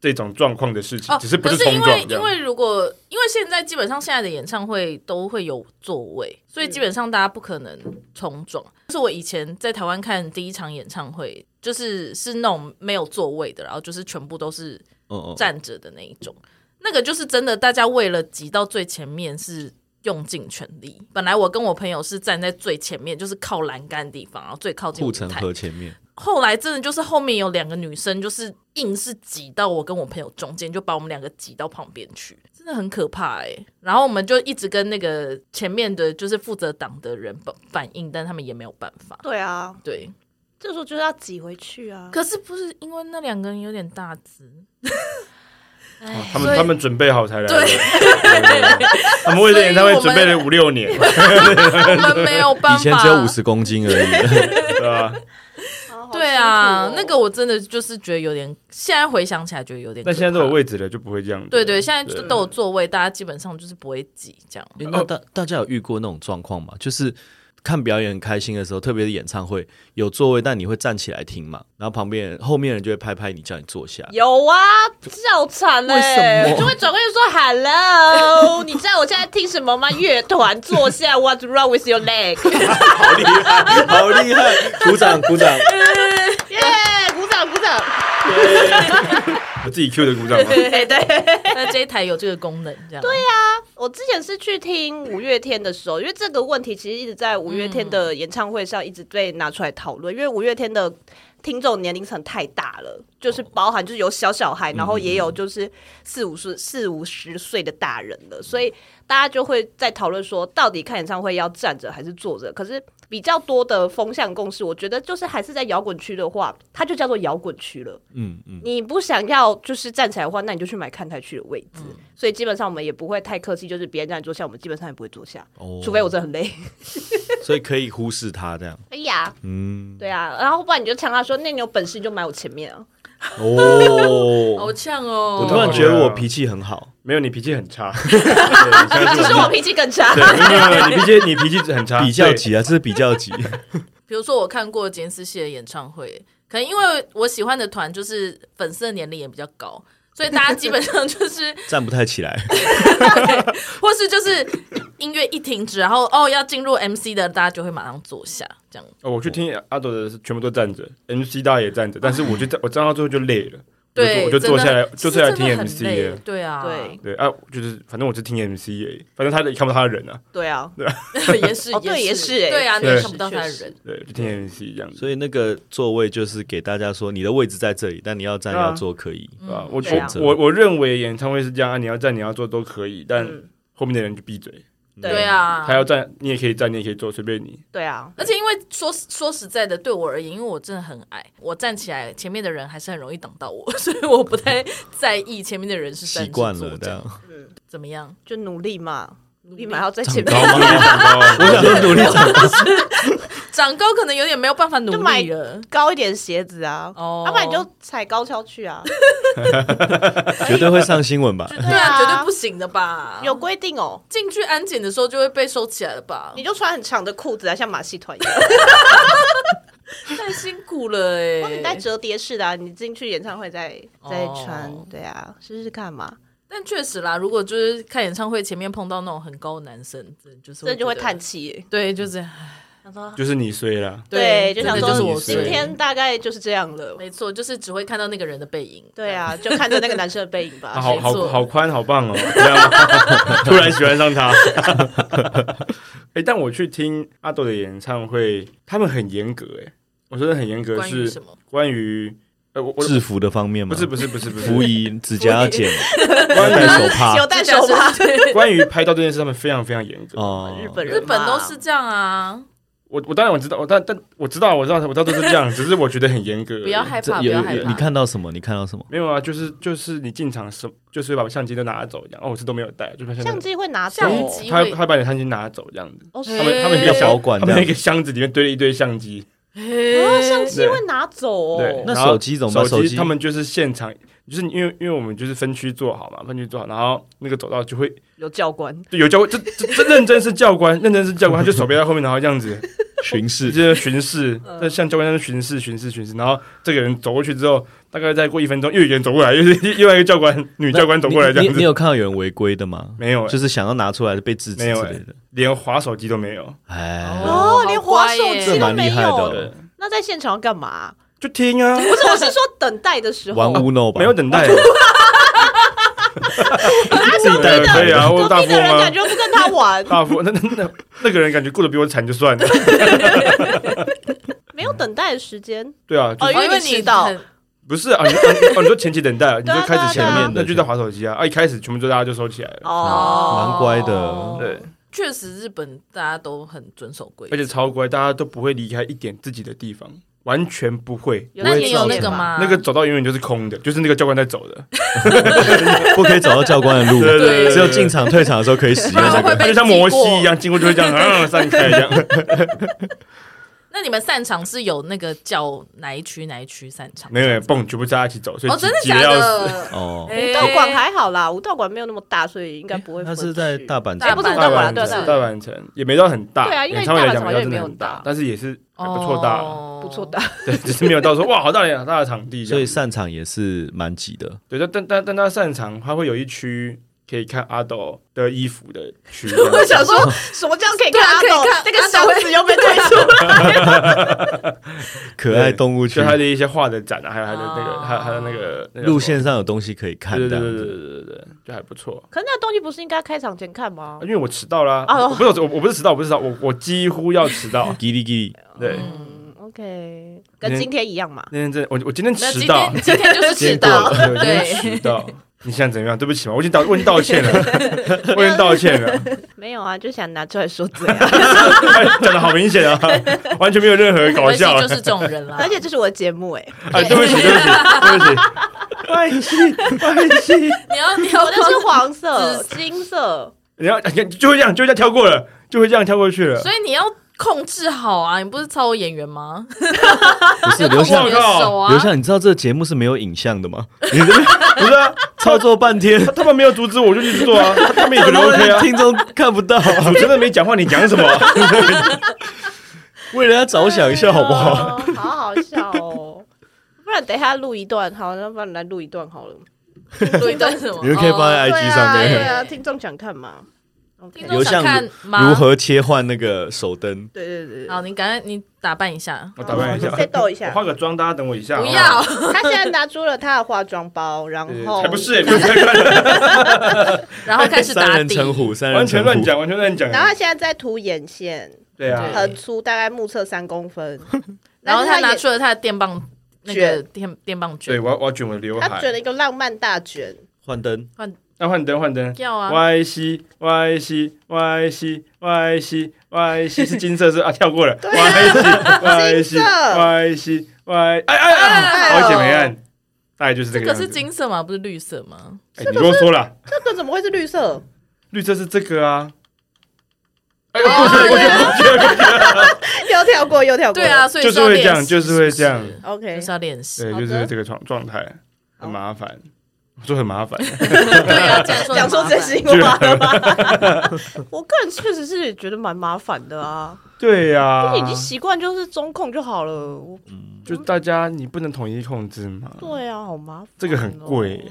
[SPEAKER 4] 这种状况的事情，
[SPEAKER 2] 哦，
[SPEAKER 4] 只是不
[SPEAKER 2] 可是
[SPEAKER 4] 冲
[SPEAKER 2] 因为
[SPEAKER 4] 撞这
[SPEAKER 2] 因
[SPEAKER 4] 样。
[SPEAKER 2] 为如果因为现在基本上现在的演唱会都会有座位，所以
[SPEAKER 3] 嗯
[SPEAKER 2] 基本上大家不可能冲撞。就是我以前在台湾看第一场演唱会，就是是那种没有座位的，然后就是全部都是
[SPEAKER 1] 嗯嗯，
[SPEAKER 2] 站着的那一种，那个就是真的，大家为了挤到最前面是。用尽全力。本来我跟我朋友是站在最前面，就是靠栏杆的地方，然后最靠近
[SPEAKER 1] 护
[SPEAKER 2] 舞
[SPEAKER 1] 城
[SPEAKER 2] 台。
[SPEAKER 1] 河前面，
[SPEAKER 2] 后来真的就是后面有两个女生，就是硬是挤到我跟我朋友中间，就把我们两个挤到旁边去，真的很可怕哎、然后我们就一直跟那个前面的，就是负责挡的人反反应，但他们也没有办法。
[SPEAKER 3] 对啊，
[SPEAKER 2] 对，
[SPEAKER 3] 这时候就是要挤回去啊。
[SPEAKER 2] 可是不是因为那两个人有点
[SPEAKER 1] (laughs)
[SPEAKER 2] 大只，
[SPEAKER 4] 哦他
[SPEAKER 2] 哎所
[SPEAKER 4] 们
[SPEAKER 2] 以
[SPEAKER 4] 他们准备好才来的，
[SPEAKER 2] 对
[SPEAKER 4] 对 (laughs) 他们为了演唱会准备了五六年，
[SPEAKER 2] 我们没有办法。
[SPEAKER 1] 以前只有五十公斤而已。
[SPEAKER 4] 对吧？
[SPEAKER 3] 啊好
[SPEAKER 2] 对啊
[SPEAKER 3] 辛苦哦，
[SPEAKER 2] 那个我真的就是觉得有点，现在回想起来觉得有点可怕。
[SPEAKER 4] 那现在都有位置了，就不会这样。
[SPEAKER 2] 对对，现在就都有座位，大家基本上就是不会挤这 (laughs) 样。
[SPEAKER 1] 诶那大大家有遇过那种状况吗？就是看表演很开心的时候，特别是演唱会有座位，但你会站起来听嘛？然后旁边人后面人就会拍拍你，叫你坐下。
[SPEAKER 3] 有啊，笑惨了、欸，
[SPEAKER 1] 为什么
[SPEAKER 3] 我就会转过去说 “hello”，你知道我现在听什么吗？乐团，坐下，What's wrong with your leg？
[SPEAKER 1] 好厉害，好厉害！鼓掌，鼓掌。
[SPEAKER 3] 耶、鼓掌，鼓掌！
[SPEAKER 4] 我自己 Q 的
[SPEAKER 2] (laughs)
[SPEAKER 4] 鼓掌嘛。
[SPEAKER 3] (laughs)
[SPEAKER 4] 啊
[SPEAKER 3] 对对，
[SPEAKER 2] 那这一台有这个功能，这样对呀、
[SPEAKER 3] 我之前是去听五月天的时候，因为这个问题其实一直在五月天的演唱会上一直被拿出来讨论，因为五月天的听众年龄层太大了，就是包含就是有小小孩，然后也有就是四五十四五十岁的大人了，所以大家就会在讨论说，到底看演唱会要站着还是坐着？可是比较多的风向共识，我觉得就是还是在摇滚区的话，它就叫做摇滚区了。
[SPEAKER 1] 嗯嗯，
[SPEAKER 3] 你不想要就是站起来的话，那你就去买看台区的位置。所以基本上我们也不会太客气，就是别人让你坐下，我们基本上也不会坐下，
[SPEAKER 1] 哦，
[SPEAKER 3] 除非我真的很累。
[SPEAKER 1] 所以可以忽视它这样，
[SPEAKER 3] 哎呀，
[SPEAKER 1] 嗯，
[SPEAKER 3] 对啊，然后不然你就呛他说，那你有本事你就买我前面啊。
[SPEAKER 2] 好
[SPEAKER 1] 哦，
[SPEAKER 2] 呛
[SPEAKER 1] 我
[SPEAKER 2] 哦！
[SPEAKER 1] 突然觉得我脾气很好，
[SPEAKER 4] 没有，你脾气
[SPEAKER 2] (laughs)
[SPEAKER 4] 很差。对相
[SPEAKER 3] 只
[SPEAKER 4] 信
[SPEAKER 3] 是我脾气更差。
[SPEAKER 4] 对，没有没有，没有你脾气你脾气很差。
[SPEAKER 1] 比较
[SPEAKER 4] 对
[SPEAKER 1] 级啊，这是比较级，
[SPEAKER 2] 比如说我看过简思系的演唱会，可能因为我喜欢的团就是粉丝的年龄也比较高，所以大家基本上就是
[SPEAKER 1] 站不太起来，
[SPEAKER 2] 或是就是音乐一停止，然后哦要进入 MC 的，大家就会马上坐下，这样
[SPEAKER 4] 哦，我去听阿斗的是全部都站着，MC 大也站着，但是我就站，我站到最后就累了，我就
[SPEAKER 2] 哎对，
[SPEAKER 4] 我就坐
[SPEAKER 2] 真的
[SPEAKER 4] 下来，就是来听
[SPEAKER 2] 真的很
[SPEAKER 4] MC
[SPEAKER 2] 累
[SPEAKER 4] 的。
[SPEAKER 2] 对啊，
[SPEAKER 3] 对
[SPEAKER 4] 对啊，就是反正我就听 MC 而已，反正他也看不到他的人啊，
[SPEAKER 3] 对啊，
[SPEAKER 2] 也是，
[SPEAKER 3] (laughs) 哦对也是哎
[SPEAKER 2] 对啊，你也
[SPEAKER 4] 对
[SPEAKER 2] 看不到他的人，
[SPEAKER 4] 对，就听 MC 这样子。
[SPEAKER 1] 所以那个座位就是给大家说，你的位置在这里，但你要站
[SPEAKER 4] 对啊
[SPEAKER 1] 要坐可
[SPEAKER 2] 嗯
[SPEAKER 1] 以，
[SPEAKER 4] 啊，我
[SPEAKER 3] 对啊
[SPEAKER 4] 我我我认为演唱会是这样，啊你要站你要坐都可以，但
[SPEAKER 3] 嗯
[SPEAKER 4] 后面的人就闭嘴，
[SPEAKER 2] 对，啊，
[SPEAKER 4] 他要站你也可以站，你也可以坐，随
[SPEAKER 2] (laughs)
[SPEAKER 4] 便你。
[SPEAKER 3] 对啊，
[SPEAKER 2] 而且因为说说实在的，对我而言，因为我真的很矮，我站起来前面的人还是很容易挡到我， (laughs) 所以我不太在意前面的人是站
[SPEAKER 1] 习
[SPEAKER 2] 是
[SPEAKER 1] 惯
[SPEAKER 2] 坐
[SPEAKER 1] 了这样。
[SPEAKER 2] 怎么样？
[SPEAKER 3] 就努力嘛，努力嘛，要在前
[SPEAKER 4] 然后
[SPEAKER 2] 啊
[SPEAKER 3] 面。
[SPEAKER 4] (laughs) 我们也
[SPEAKER 1] 我想说努力长
[SPEAKER 4] 想到，
[SPEAKER 1] 高，
[SPEAKER 2] 长高可能有点没有办法努
[SPEAKER 3] 就买
[SPEAKER 2] 力了。
[SPEAKER 3] (laughs) 高一点鞋子啊，
[SPEAKER 2] 哦
[SPEAKER 3] 要不然你就踩高跷去 (laughs) 啊，
[SPEAKER 1] (laughs) 绝对会上新闻吧？
[SPEAKER 2] 对
[SPEAKER 3] 对 (laughs) 啊
[SPEAKER 2] 啊，绝对不行的吧？
[SPEAKER 3] 有规定哦，
[SPEAKER 2] 进去安检的时候就会被收起来了吧
[SPEAKER 3] 你？就穿很长的裤子啊，像马戏团一样，
[SPEAKER 2] 太辛苦了哎、
[SPEAKER 3] 或者你带折叠式的啊，你进去演唱会再再穿
[SPEAKER 2] 哦，
[SPEAKER 3] 对啊，试试看嘛，
[SPEAKER 2] 但确实啦，如果就是看演唱会前面碰到那种很高的男生，真的就是
[SPEAKER 3] 这就会
[SPEAKER 2] 觉得
[SPEAKER 3] 叹，气耶。
[SPEAKER 2] 对，就是
[SPEAKER 3] 想说
[SPEAKER 4] 就是你衰了，
[SPEAKER 3] 对，
[SPEAKER 2] 真
[SPEAKER 3] 想
[SPEAKER 2] 的就是我
[SPEAKER 3] 说
[SPEAKER 2] 衰
[SPEAKER 3] 今天大概就是这样了。
[SPEAKER 2] 没错，就是只会看到那个人的背影。
[SPEAKER 3] 对啊，就看着那个男生的背影吧。 (laughs)
[SPEAKER 4] 啊 (laughs) 好
[SPEAKER 2] 谁
[SPEAKER 4] 好
[SPEAKER 2] 做
[SPEAKER 4] 好宽，好棒哦！这样吗突然喜欢上他。哎，但我去听阿斗的演唱会，他们很严格哎，我觉得很严格
[SPEAKER 2] 关于
[SPEAKER 4] 是
[SPEAKER 2] 什么？
[SPEAKER 4] 关于呃 (laughs) 我我
[SPEAKER 1] 制服的方面吗？
[SPEAKER 4] 不是不是不是不
[SPEAKER 1] 服
[SPEAKER 4] 是
[SPEAKER 1] 仪、指甲要
[SPEAKER 4] (laughs)
[SPEAKER 1] 剪，
[SPEAKER 4] 关
[SPEAKER 1] 戴
[SPEAKER 4] 于
[SPEAKER 1] 手帕
[SPEAKER 3] 有戴手
[SPEAKER 2] (laughs)
[SPEAKER 3] 帕，
[SPEAKER 4] 关于拍照这件事，他们非常非常严格。
[SPEAKER 1] 哦，
[SPEAKER 3] 日本人
[SPEAKER 2] 日本都
[SPEAKER 3] 嘛
[SPEAKER 2] 是这样啊，
[SPEAKER 4] 我我当然我知道，我但但我知道我知道我知道都是这样，只是我觉得很严格而已。
[SPEAKER 2] 不要害
[SPEAKER 1] 这
[SPEAKER 2] 怕，不
[SPEAKER 1] 有
[SPEAKER 2] 要害
[SPEAKER 1] 有你
[SPEAKER 2] 怕。
[SPEAKER 1] 看到什么？你看到什么？
[SPEAKER 4] 没有啊，就是就是你进场什就是会把相机都拿走这样，哦，我这都没有带，就把
[SPEAKER 3] 相机会拿走
[SPEAKER 2] 相。机
[SPEAKER 4] 他
[SPEAKER 2] 会
[SPEAKER 4] 他把你的相机拿走这样子，
[SPEAKER 3] 哦，
[SPEAKER 4] 他
[SPEAKER 3] 是
[SPEAKER 4] 们他们一个
[SPEAKER 1] 要保
[SPEAKER 4] 箱
[SPEAKER 1] 管
[SPEAKER 4] 他
[SPEAKER 1] 这
[SPEAKER 4] 们
[SPEAKER 1] 样
[SPEAKER 4] 那个箱子里面堆了一堆相机，
[SPEAKER 3] 啊，
[SPEAKER 2] 嘿
[SPEAKER 3] 相机会拿走
[SPEAKER 4] 对，
[SPEAKER 3] 哦。
[SPEAKER 1] 那
[SPEAKER 4] 然后
[SPEAKER 1] 手机怎么办
[SPEAKER 4] 手
[SPEAKER 1] 手机
[SPEAKER 4] 他们就是现场，就是因为因为我们就是分区做好嘛，分区做好，然后那个走道就会
[SPEAKER 3] 有教官，
[SPEAKER 4] 就有教官，这这这认真是教官，认真是教官，他就手背在后面，然后这样子，
[SPEAKER 1] 巡
[SPEAKER 4] 直
[SPEAKER 1] 视
[SPEAKER 4] 接 (laughs) 巡视，
[SPEAKER 3] 嗯
[SPEAKER 4] 那像教官在那巡视巡视巡视，然后这个人走过去之后，大概再过一分钟，又有一个人走过来，又是另外一个教官女 (laughs) 教官走过来这
[SPEAKER 1] 你
[SPEAKER 4] 样
[SPEAKER 1] 你你
[SPEAKER 4] 子，
[SPEAKER 1] 有看到有人违规的吗？
[SPEAKER 4] 没有欸，
[SPEAKER 1] 就是想要拿出来被制止
[SPEAKER 4] 没有
[SPEAKER 1] 之
[SPEAKER 4] 欸
[SPEAKER 1] 类的。
[SPEAKER 4] 连滑手机都没有，
[SPEAKER 1] 哎，
[SPEAKER 2] 哦
[SPEAKER 3] 哦，连滑手机
[SPEAKER 1] 这
[SPEAKER 3] 都
[SPEAKER 1] 蛮厉
[SPEAKER 3] 没
[SPEAKER 1] 害
[SPEAKER 3] 有。
[SPEAKER 1] 的
[SPEAKER 4] 对，
[SPEAKER 3] 那在现场要干嘛？
[SPEAKER 4] 就听啊，
[SPEAKER 3] 不是，我是说等待的时
[SPEAKER 1] 玩
[SPEAKER 3] 候， (laughs)
[SPEAKER 1] Uno 吧？
[SPEAKER 4] 没有等待，
[SPEAKER 1] 自己带
[SPEAKER 4] 对，可以啊，我
[SPEAKER 3] 隔
[SPEAKER 4] 有大
[SPEAKER 3] 壁
[SPEAKER 4] 富
[SPEAKER 3] 的
[SPEAKER 4] 翁
[SPEAKER 3] 人
[SPEAKER 4] 啊
[SPEAKER 3] 感，觉不跟他玩，
[SPEAKER 4] 大富翁那那那那个人感觉过得比我惨就算了，
[SPEAKER 3] 没有等待的时间。
[SPEAKER 4] 对啊，就
[SPEAKER 3] 哦因为
[SPEAKER 2] 因为
[SPEAKER 3] 你
[SPEAKER 2] 你
[SPEAKER 3] 知道
[SPEAKER 2] 很
[SPEAKER 4] 不是啊，你哦你说前期等待，你
[SPEAKER 3] 对
[SPEAKER 4] 就
[SPEAKER 3] 啊
[SPEAKER 4] 开始前
[SPEAKER 3] 对啊对
[SPEAKER 1] 啊
[SPEAKER 4] 面，那就在滑手机啊，啊一开始全部就大家就收起来了，
[SPEAKER 3] 哦，
[SPEAKER 1] 蛮乖的
[SPEAKER 4] 对，
[SPEAKER 2] 确实日本大家都很遵守规
[SPEAKER 4] 而
[SPEAKER 2] 矩。
[SPEAKER 4] 且超乖，大家都不会离开一点自己的地方，完全不会。
[SPEAKER 2] 那你有那个
[SPEAKER 3] 吗？
[SPEAKER 2] 吗？
[SPEAKER 4] 那个走道永远就是空的，就是那个教官在
[SPEAKER 3] (laughs)
[SPEAKER 4] 走的，
[SPEAKER 1] 不可以找到教官的路，啊
[SPEAKER 4] 对
[SPEAKER 2] 对对
[SPEAKER 1] 只有进场退场的时候可以使用
[SPEAKER 2] 不然
[SPEAKER 4] (laughs)
[SPEAKER 1] 这
[SPEAKER 2] 会
[SPEAKER 1] 个。
[SPEAKER 4] 他
[SPEAKER 2] 被
[SPEAKER 4] 就像
[SPEAKER 2] 记
[SPEAKER 4] 摩西
[SPEAKER 2] 过
[SPEAKER 4] 一。样经过就会这样
[SPEAKER 3] (laughs)
[SPEAKER 4] 啊散开这样。
[SPEAKER 2] 那你们散场是有那个叫哪一区哪一区散场？
[SPEAKER 4] 没有没有，蹦，全部大家一起走，所以
[SPEAKER 2] 哦，真的
[SPEAKER 4] 挤
[SPEAKER 2] 假
[SPEAKER 4] 得要死。
[SPEAKER 2] 的？
[SPEAKER 1] 哦，
[SPEAKER 2] 哎
[SPEAKER 3] 武道馆还好啦，武道馆没有那么大，所以应该不会分
[SPEAKER 1] 他
[SPEAKER 3] 区。
[SPEAKER 1] 是在大阪
[SPEAKER 2] 哎
[SPEAKER 1] 站
[SPEAKER 3] 不是
[SPEAKER 2] 大
[SPEAKER 3] 武
[SPEAKER 2] 阪
[SPEAKER 3] 道馆啊，
[SPEAKER 4] 阪
[SPEAKER 3] 对
[SPEAKER 4] 城
[SPEAKER 3] 啊
[SPEAKER 4] 大
[SPEAKER 3] 对啊，
[SPEAKER 4] 阪城也没到很大，
[SPEAKER 3] 对啊因为
[SPEAKER 4] 演唱会来讲
[SPEAKER 3] 大阪
[SPEAKER 4] 比
[SPEAKER 3] 场
[SPEAKER 4] 较
[SPEAKER 3] 也
[SPEAKER 4] 真
[SPEAKER 3] 没
[SPEAKER 4] 的
[SPEAKER 3] 有
[SPEAKER 4] 很大
[SPEAKER 3] 大，
[SPEAKER 4] 但是也是还不错大啦，
[SPEAKER 2] 哦，
[SPEAKER 3] 不错的。。
[SPEAKER 4] (laughs) 对，只是没有到说哇好大呀，大的场地这
[SPEAKER 1] 所以
[SPEAKER 4] 样。
[SPEAKER 1] 散场也是蛮挤的。
[SPEAKER 4] 对，但但但但他擅长，他会有一区可以看阿斗的衣服的区。
[SPEAKER 3] (laughs) (laughs) 我想说，什么叫可以看阿
[SPEAKER 2] 对啊可以
[SPEAKER 3] 斗啊
[SPEAKER 2] 看？
[SPEAKER 3] 那个绳子又被推 (laughs) 出来，
[SPEAKER 1] 可爱动物区
[SPEAKER 4] 就他的一些画的展啊，还有他的那个，
[SPEAKER 2] 哦
[SPEAKER 4] 还有他的那个那个
[SPEAKER 1] 路线上有东西可以看
[SPEAKER 4] 什么，对对
[SPEAKER 1] 的。
[SPEAKER 4] 对对对对对对，就还不错。
[SPEAKER 3] 可是那东西不是应该开场前看吗
[SPEAKER 4] 啊？
[SPEAKER 1] 嗯。
[SPEAKER 4] 因为我迟到啦、
[SPEAKER 3] 哦
[SPEAKER 2] (laughs)
[SPEAKER 4] 我不是我我不是迟到，我不是迟到，我我几乎要迟到
[SPEAKER 1] 叽里叽里，
[SPEAKER 4] 对，
[SPEAKER 2] 嗯
[SPEAKER 3] 嗯 OK，跟今天一样嘛。
[SPEAKER 4] 那天真的，我我今天
[SPEAKER 2] 那今
[SPEAKER 4] 迟到，
[SPEAKER 2] 天今天就是迟
[SPEAKER 4] 今天
[SPEAKER 3] (laughs)
[SPEAKER 4] 过
[SPEAKER 2] 到，
[SPEAKER 4] 了对，我
[SPEAKER 2] 对
[SPEAKER 4] 今天迟到。你现在怎么样？对不起嘛，我已经道，我已经
[SPEAKER 2] (laughs)
[SPEAKER 4] 道歉了，我已经道歉了，
[SPEAKER 3] 没有啊，就想拿出来说嘴啊。
[SPEAKER 4] 哎讲的好明
[SPEAKER 2] (laughs)
[SPEAKER 4] 显啊，完全没有任何 (laughs) 搞
[SPEAKER 2] 关系
[SPEAKER 4] 笑啊
[SPEAKER 2] 就！是这种人啦。
[SPEAKER 3] (laughs) 而且这是我的节目哎、
[SPEAKER 4] 哎，对不起，对不起，对不起，哎外星，外星，
[SPEAKER 2] 你要你
[SPEAKER 3] (laughs)
[SPEAKER 2] 要
[SPEAKER 3] 我的是黄 (laughs) 色、金色，
[SPEAKER 4] 你要就会这样，就会这样跳过了，就会这样跳过去了。
[SPEAKER 2] 所以你要控制好啊！你不是超演员吗？
[SPEAKER 1] 不是
[SPEAKER 2] 要
[SPEAKER 1] 留
[SPEAKER 2] 控制
[SPEAKER 1] 下
[SPEAKER 2] 你的手啊！
[SPEAKER 1] 留下，你知道这个节目是没有影像的吗？你
[SPEAKER 4] 不是啊，
[SPEAKER 1] 操作半天，
[SPEAKER 4] 他他们没有阻止我，我就去做啊，他们也觉得 OK 啊。
[SPEAKER 1] 听众看不到，
[SPEAKER 4] 我真的没讲话，你讲什么？
[SPEAKER 1] 为了要着想一下好不好？
[SPEAKER 3] 哎呦？好好笑哦。不然等一下录一段，好，那不然来录一段好了。
[SPEAKER 2] 录一段什么？
[SPEAKER 1] 你们可以放在
[SPEAKER 2] 哦
[SPEAKER 1] IG 上
[SPEAKER 3] 对啊，
[SPEAKER 1] 面
[SPEAKER 3] 对啊，听众想看嘛？OK，
[SPEAKER 2] 听
[SPEAKER 1] 有
[SPEAKER 2] 众想看吗？
[SPEAKER 1] 如？何切换那个手灯？
[SPEAKER 3] 对对对对，
[SPEAKER 2] 好，你赶快你打扮一下。
[SPEAKER 4] 我打扮一下，
[SPEAKER 3] 再抖一下
[SPEAKER 4] 我化个妆，大家等我一下。
[SPEAKER 2] 不
[SPEAKER 4] 好
[SPEAKER 2] 要，
[SPEAKER 3] 他现在拿出了他的化妆包，然
[SPEAKER 4] 不好，
[SPEAKER 3] 后 (laughs)
[SPEAKER 4] 才不，是，不是
[SPEAKER 2] 然后开始
[SPEAKER 1] (laughs) 三
[SPEAKER 2] 打
[SPEAKER 1] 人
[SPEAKER 2] 底。
[SPEAKER 1] 成虎，三人
[SPEAKER 4] 完全
[SPEAKER 1] 成
[SPEAKER 4] 乱
[SPEAKER 1] 虎。
[SPEAKER 4] 讲，完全乱讲。
[SPEAKER 3] 然后他现在在涂眼线，
[SPEAKER 4] 对啊，
[SPEAKER 3] 很粗，大概目测三公
[SPEAKER 4] (laughs)
[SPEAKER 3] 分。
[SPEAKER 2] 然
[SPEAKER 3] 但
[SPEAKER 2] 后他
[SPEAKER 3] 是他
[SPEAKER 2] 拿
[SPEAKER 3] 也
[SPEAKER 2] 出了他的电棒，那个电电棒
[SPEAKER 4] 对
[SPEAKER 2] 卷，
[SPEAKER 4] 我要我要卷我的刘
[SPEAKER 3] 他
[SPEAKER 4] 海
[SPEAKER 3] 卷。了一个浪漫大卷，
[SPEAKER 1] 换灯，
[SPEAKER 4] 那换灯，换灯。
[SPEAKER 2] 要啊！
[SPEAKER 4] Y C Y C Y C Y C Y C 是金色是啊，跳过了。Y
[SPEAKER 3] 啊金
[SPEAKER 4] C
[SPEAKER 3] 色
[SPEAKER 4] Y C Y C Y 哎哎哎，好姐妹案，大概就是这
[SPEAKER 2] 这个
[SPEAKER 4] 个样子。
[SPEAKER 2] 是金色吗？不是绿色吗？
[SPEAKER 4] 哎，你啰嗦了，
[SPEAKER 3] 这个怎么会是绿色？
[SPEAKER 4] 绿色是这个啊。
[SPEAKER 3] 哦
[SPEAKER 4] 哎，过去了，过去了，过去了，过去了。
[SPEAKER 3] 又跳过，又跳过。
[SPEAKER 2] 对啊，，所以
[SPEAKER 4] 就是
[SPEAKER 2] 是要
[SPEAKER 4] 会
[SPEAKER 2] 练
[SPEAKER 4] 这样
[SPEAKER 2] 习
[SPEAKER 4] 就是会这样
[SPEAKER 3] (laughs) ，OK，
[SPEAKER 2] 就是要啊练习。
[SPEAKER 4] 对，
[SPEAKER 3] 好
[SPEAKER 4] 就
[SPEAKER 3] 的
[SPEAKER 4] 是这个状状态很麻烦，我说很
[SPEAKER 3] (laughs)
[SPEAKER 4] 麻烦，
[SPEAKER 2] 对啊，这样说
[SPEAKER 3] 讲
[SPEAKER 2] 很
[SPEAKER 3] 出
[SPEAKER 2] 麻
[SPEAKER 3] 真
[SPEAKER 2] 烦
[SPEAKER 3] 心话了吧
[SPEAKER 4] (laughs)
[SPEAKER 3] 我个人确实是觉得蛮麻烦的啊，
[SPEAKER 4] 对嗯呀、
[SPEAKER 3] 就是已经习惯就是中控就好了。我
[SPEAKER 4] 就大家你不能统一控制嘛，
[SPEAKER 3] 对啊，好麻烦哦。
[SPEAKER 4] 这个很贵，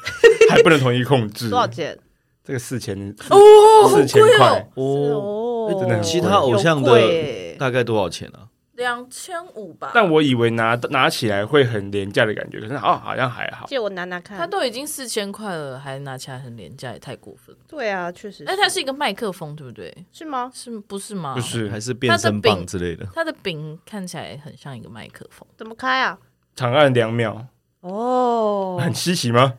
[SPEAKER 4] (laughs) 还不能统一控制
[SPEAKER 3] 多，少钱？
[SPEAKER 4] 这个四
[SPEAKER 3] (laughs)
[SPEAKER 4] 千
[SPEAKER 2] 哦，好
[SPEAKER 4] 四千
[SPEAKER 2] 贵
[SPEAKER 4] 块
[SPEAKER 2] 哦，，
[SPEAKER 1] 哦，
[SPEAKER 3] 哦
[SPEAKER 4] 哎真的很贵
[SPEAKER 1] 其他偶像
[SPEAKER 3] 有
[SPEAKER 1] 的
[SPEAKER 3] 贵耶
[SPEAKER 1] 大概多少钱啊？
[SPEAKER 2] 两千五吧。
[SPEAKER 4] 但我以为拿拿起来会很廉价的感觉，可是哦好像还好，
[SPEAKER 3] 借我拿拿看。
[SPEAKER 2] 他都已经四千块了，还拿起来很廉价，也太过分了。
[SPEAKER 3] 对啊，确实。
[SPEAKER 2] 哎，它是一个麦克风，对不对？
[SPEAKER 3] 是吗？
[SPEAKER 2] 是不是吗？
[SPEAKER 3] 啊
[SPEAKER 4] 不，是
[SPEAKER 1] 还是变身棒之类的？
[SPEAKER 2] 它的柄看起来很像一个麦克风。 (laughs)
[SPEAKER 3] 怎么开啊？
[SPEAKER 4] 长按两秒，
[SPEAKER 3] 哦，
[SPEAKER 4] 很稀奇吗？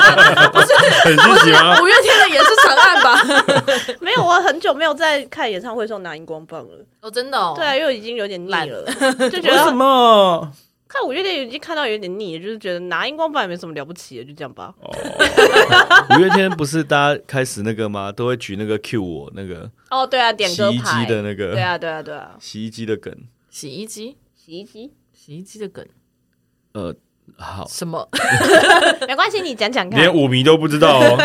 [SPEAKER 4] 很稀奇吗？
[SPEAKER 2] 五月天的也是长按吧？
[SPEAKER 3] (laughs) 没有，我很久没有在看演唱会的时候拿荧光棒了。
[SPEAKER 2] 哦，真的哦。
[SPEAKER 3] 对啊，因为已经有点腻
[SPEAKER 2] 懒
[SPEAKER 3] 了， (laughs) 就觉
[SPEAKER 4] 为什
[SPEAKER 3] 得
[SPEAKER 4] 么？
[SPEAKER 3] 看五月天已经看到有点腻，就是觉得拿荧光棒也没什么了不起的，就这样吧。 (laughs)
[SPEAKER 4] 哦，
[SPEAKER 1] 五月天不是大家开始那个吗？都会举那个 Q 我那个
[SPEAKER 3] 哦，对啊，点
[SPEAKER 1] 洗
[SPEAKER 3] 歌
[SPEAKER 1] 衣
[SPEAKER 3] 牌
[SPEAKER 1] 机的
[SPEAKER 3] 对
[SPEAKER 1] 那个
[SPEAKER 3] 啊，对啊，对啊，
[SPEAKER 1] 洗衣机的梗。
[SPEAKER 2] 洗衣机，
[SPEAKER 3] 洗衣机
[SPEAKER 2] 洗衣机的梗
[SPEAKER 1] 呃，好，
[SPEAKER 2] 什么？
[SPEAKER 3] 没关系，你讲讲看
[SPEAKER 4] 连。舞迷都不知
[SPEAKER 3] (laughs)
[SPEAKER 4] 道哦，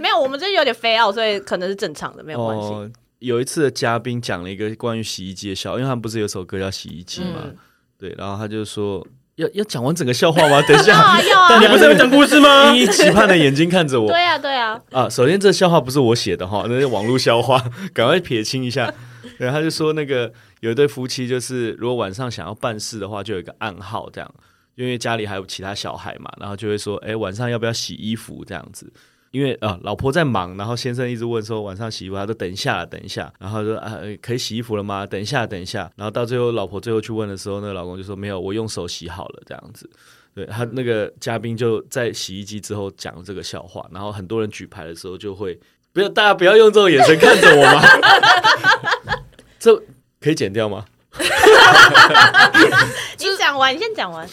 [SPEAKER 3] 没有，我们这有点飞奥，所以可能是正常的，没有关系。啊
[SPEAKER 1] 哦，有一次的嘉宾讲了一个关于洗衣机的笑，因为他们不是有首歌叫《洗衣机》嘛，
[SPEAKER 3] 嗯
[SPEAKER 1] 对，然后他就说要要讲完整个笑话
[SPEAKER 3] (laughs)
[SPEAKER 1] 吗？等一
[SPEAKER 3] 要
[SPEAKER 1] 下
[SPEAKER 3] 啊，，要
[SPEAKER 1] 但
[SPEAKER 3] 啊，
[SPEAKER 4] 你不是有讲故
[SPEAKER 3] (laughs)
[SPEAKER 4] 事吗？
[SPEAKER 1] 一一期盼的眼睛看着我
[SPEAKER 3] 对啊，对啊，
[SPEAKER 1] 啊。首先，这笑话不是我写的哈， (laughs) 那是网络笑话，赶快撇清一下。然后他就说，那个有一对夫妻，就是如果晚上想要办事的话，就有一个暗号这样，因为家里还有其他小孩嘛，然后就会说，哎，晚上要不要洗衣服这样子。因为啊、老婆在忙，然后先生一直问说晚上洗衣服，他说等一下，等一下，然后就啊、呃可以洗衣服了吗？等一下，等一下，然后到最后老婆最后去问的时候，那个老公就说没有，我用手洗好了这样子。对他那个嘉宾就在洗衣机之后讲了这个笑话，然后很多人举牌的时候就会不要大家不要用这种眼神看着我嘛， (laughs) 这可以剪掉吗？
[SPEAKER 3] 你讲完，你先讲完。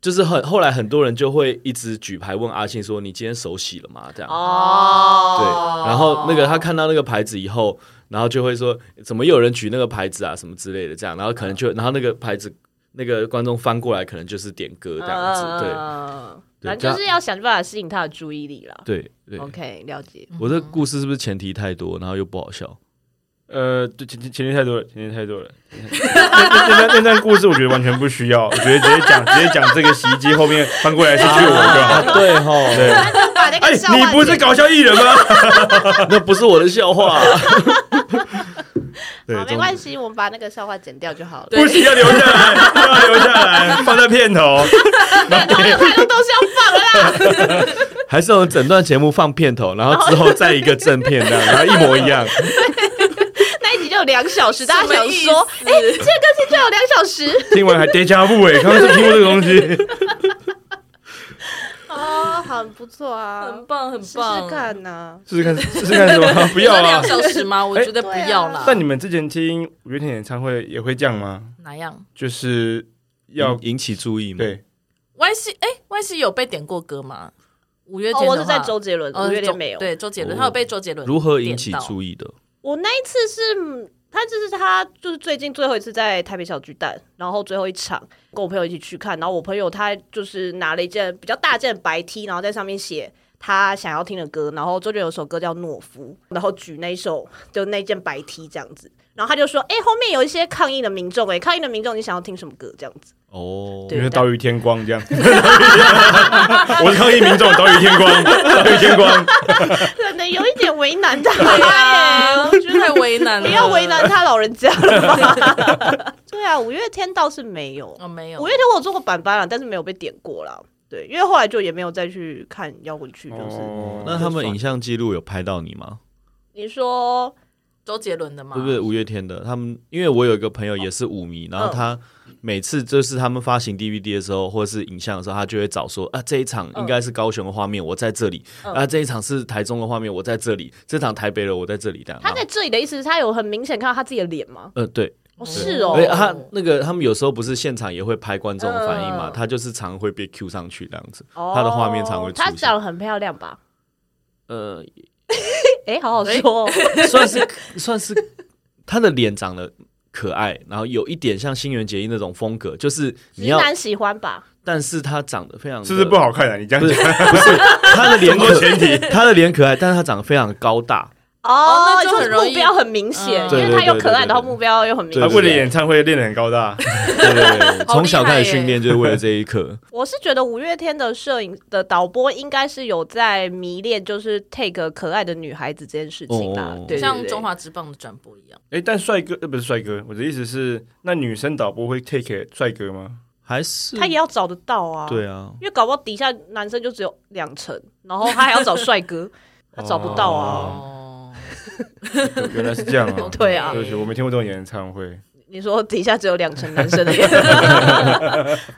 [SPEAKER 1] 就是很后来很多人就会一直举牌问阿信说你今天手洗了吗？这样
[SPEAKER 3] 哦，
[SPEAKER 1] 对，然后那个他看到那个牌子以后，然后就会说怎么有人举那个牌子啊，什么之类的这样，然后可能就然后那个牌子那个观众翻过来，可能就是点歌这样子，
[SPEAKER 3] 嗯
[SPEAKER 1] 对
[SPEAKER 3] 反正就是要想办法吸引他的注意力啦。
[SPEAKER 1] 对对对。
[SPEAKER 3] OK，了解。
[SPEAKER 1] 我这故事是不是前提太多，然后又不好笑？
[SPEAKER 4] 呃，对，前前前天太多了，前天太多了。 (laughs) 那那那那段故事，我觉得完全不需要，我觉得直接讲，直接讲这个洗衣机后面翻过来是去我就好。
[SPEAKER 1] 对吼，
[SPEAKER 4] 对，
[SPEAKER 3] 把那
[SPEAKER 4] 哎，
[SPEAKER 3] 个笑话
[SPEAKER 4] 你不是
[SPEAKER 3] 剪
[SPEAKER 4] 搞笑艺人吗？
[SPEAKER 1] 那不是我的笑话、 (laughs) 对
[SPEAKER 3] 好，没关。系，我们把那个笑话剪掉就好了。
[SPEAKER 2] 对
[SPEAKER 4] 不行，要留下来，要留下来，放在片头。
[SPEAKER 3] 太多东西要放了啦。
[SPEAKER 1] 总还是我们整段
[SPEAKER 3] (laughs)
[SPEAKER 1] 节目放片头，然后之后再一个正片这样，然后一模一样。
[SPEAKER 3] 那一集就有有两小时，大家
[SPEAKER 2] 什么
[SPEAKER 3] 想
[SPEAKER 2] 意
[SPEAKER 3] 说，
[SPEAKER 2] 思
[SPEAKER 3] 哎、这个更新居然有两小时
[SPEAKER 4] 听完还叠加不哎，刚刚是听过这个东西，
[SPEAKER 3] (laughs) 哦，很不错啊，
[SPEAKER 2] 很棒，很
[SPEAKER 3] 试
[SPEAKER 2] 棒。
[SPEAKER 3] 试看呐、
[SPEAKER 4] 试试看，试试看什么？ (laughs) 不
[SPEAKER 2] 不
[SPEAKER 4] 要啊
[SPEAKER 2] 两！小时吗？我觉得不要啦。
[SPEAKER 4] 但你们之前听五月天演唱会也会这样吗？
[SPEAKER 2] 哪样
[SPEAKER 4] 就是要
[SPEAKER 1] 引引起注意嘛。
[SPEAKER 4] 对，
[SPEAKER 2] ？Y C 哎，Y C 有被点过歌吗？五月
[SPEAKER 3] 哦，
[SPEAKER 2] 天的话
[SPEAKER 3] 我是在周杰伦，
[SPEAKER 2] 哦
[SPEAKER 3] 五月
[SPEAKER 2] 周
[SPEAKER 3] 天没有。
[SPEAKER 2] 对周杰伦，
[SPEAKER 1] 哦
[SPEAKER 2] 他有被周杰伦
[SPEAKER 1] 如何引起
[SPEAKER 2] 点到
[SPEAKER 1] 注意的？
[SPEAKER 3] 我那一次是，嗯他这是他就是最近最后一次在台北小巨蛋，然后最后一场跟我朋友一起去看，然后我朋友他就是拿了一件比较大件的白 T，然后在上面写。他想要听的歌，然后周杰伦有首歌叫《懦夫》，然后举那一首就那件白 T 这样子，然后他就说：“哎、后面有一些抗议的民众，哎，抗议的民众，你想要听什么歌？”这样子，
[SPEAKER 1] 哦，
[SPEAKER 4] 比
[SPEAKER 3] 对
[SPEAKER 4] 如说岛屿天光这样。 (laughs) 我是抗议民众，岛屿天 (laughs) 光，岛屿天光。
[SPEAKER 3] 可能有一点为难他
[SPEAKER 2] 对啊， (laughs) 我觉得太为难了，
[SPEAKER 3] 不要为难他老人家了吧？ (laughs) 对啊，五月天倒是没有，
[SPEAKER 2] 哦，没有
[SPEAKER 3] 五月天我有做过板板啦，但是没有被点过啦。对，因为后来就也没有再去看摇滚区，就是、
[SPEAKER 4] 哦
[SPEAKER 1] 那他们影像记录有拍到你吗？
[SPEAKER 3] 你说
[SPEAKER 2] 周杰伦的吗？
[SPEAKER 1] 对不对？五月天的他们，因为我有一个
[SPEAKER 3] 哦
[SPEAKER 1] 朋友也是舞
[SPEAKER 3] 嗯
[SPEAKER 1] 迷，然后他每次就是他们发行 DVD 的时候，或者是影像的时候，他就会找说啊，这一
[SPEAKER 3] 嗯
[SPEAKER 1] 场应该是高雄的画面，我在这里；啊，这一场是台中的画面，我在这里；这场台北的，我在这里。这样，
[SPEAKER 3] 他在这里的意思，是他有很明显看到他自己的脸吗？
[SPEAKER 1] 呃，对，
[SPEAKER 3] 哦，是哦
[SPEAKER 1] 而，且哎他那个他们有时候不是现场也会拍观众的反应嘛，
[SPEAKER 3] 嗯
[SPEAKER 1] 他就是常会被 Q 上去这样子，
[SPEAKER 3] 哦
[SPEAKER 1] 他的画面常会出
[SPEAKER 3] 他
[SPEAKER 1] 现
[SPEAKER 3] 长。得很漂亮吧？
[SPEAKER 1] 呃，
[SPEAKER 3] 哎，好好说哦，
[SPEAKER 1] 算是 (laughs) 算是他的脸长得可爱，然后有一点像新垣结衣那种风格，就是你
[SPEAKER 3] 直
[SPEAKER 1] 要，
[SPEAKER 3] 男喜欢吧？
[SPEAKER 1] 但是他长得非常的
[SPEAKER 4] 是不是不，好看啊？你这样
[SPEAKER 1] 不是
[SPEAKER 4] 讲，
[SPEAKER 1] 不是他的脸
[SPEAKER 4] 工作前
[SPEAKER 1] 可
[SPEAKER 4] 提。
[SPEAKER 1] 他的脸可爱，但是他长得非常高大，
[SPEAKER 2] 哦那就
[SPEAKER 3] 就
[SPEAKER 2] 很
[SPEAKER 3] 是
[SPEAKER 2] 容易
[SPEAKER 3] 目标很明显，
[SPEAKER 2] 嗯
[SPEAKER 3] 因为他又可爱，
[SPEAKER 1] 对对对对对对
[SPEAKER 3] 然后目标又很明
[SPEAKER 1] 对
[SPEAKER 4] 他
[SPEAKER 3] 显。
[SPEAKER 4] 为了演唱会练得很高大，
[SPEAKER 1] 对对对，
[SPEAKER 2] 害
[SPEAKER 1] 从小开始
[SPEAKER 2] 耶
[SPEAKER 1] 训练就是为了这一刻。
[SPEAKER 3] 我是觉得五月天的摄影的导播应该是有在迷恋，就是 take 可爱的女孩子这件事情啦
[SPEAKER 1] 哦哦哦，
[SPEAKER 3] 对，对
[SPEAKER 2] 像
[SPEAKER 3] 对
[SPEAKER 2] 中华之棒的转播一样，
[SPEAKER 4] (laughs) 哎，但帅哥呃不是帅哥，我的意思是，那女生导播会 take 帅哥吗？
[SPEAKER 1] 还是
[SPEAKER 3] 他也要找得到啊，
[SPEAKER 1] 对啊，
[SPEAKER 3] 因为搞不好底下男生就只有两成，然后他还要找帅哥，他找不到啊。
[SPEAKER 2] 哦，
[SPEAKER 4] 原来是这样啊！
[SPEAKER 3] (laughs) 对啊
[SPEAKER 4] 对不起，我没听过这种演唱会。
[SPEAKER 3] 你说底下只有两成男生的，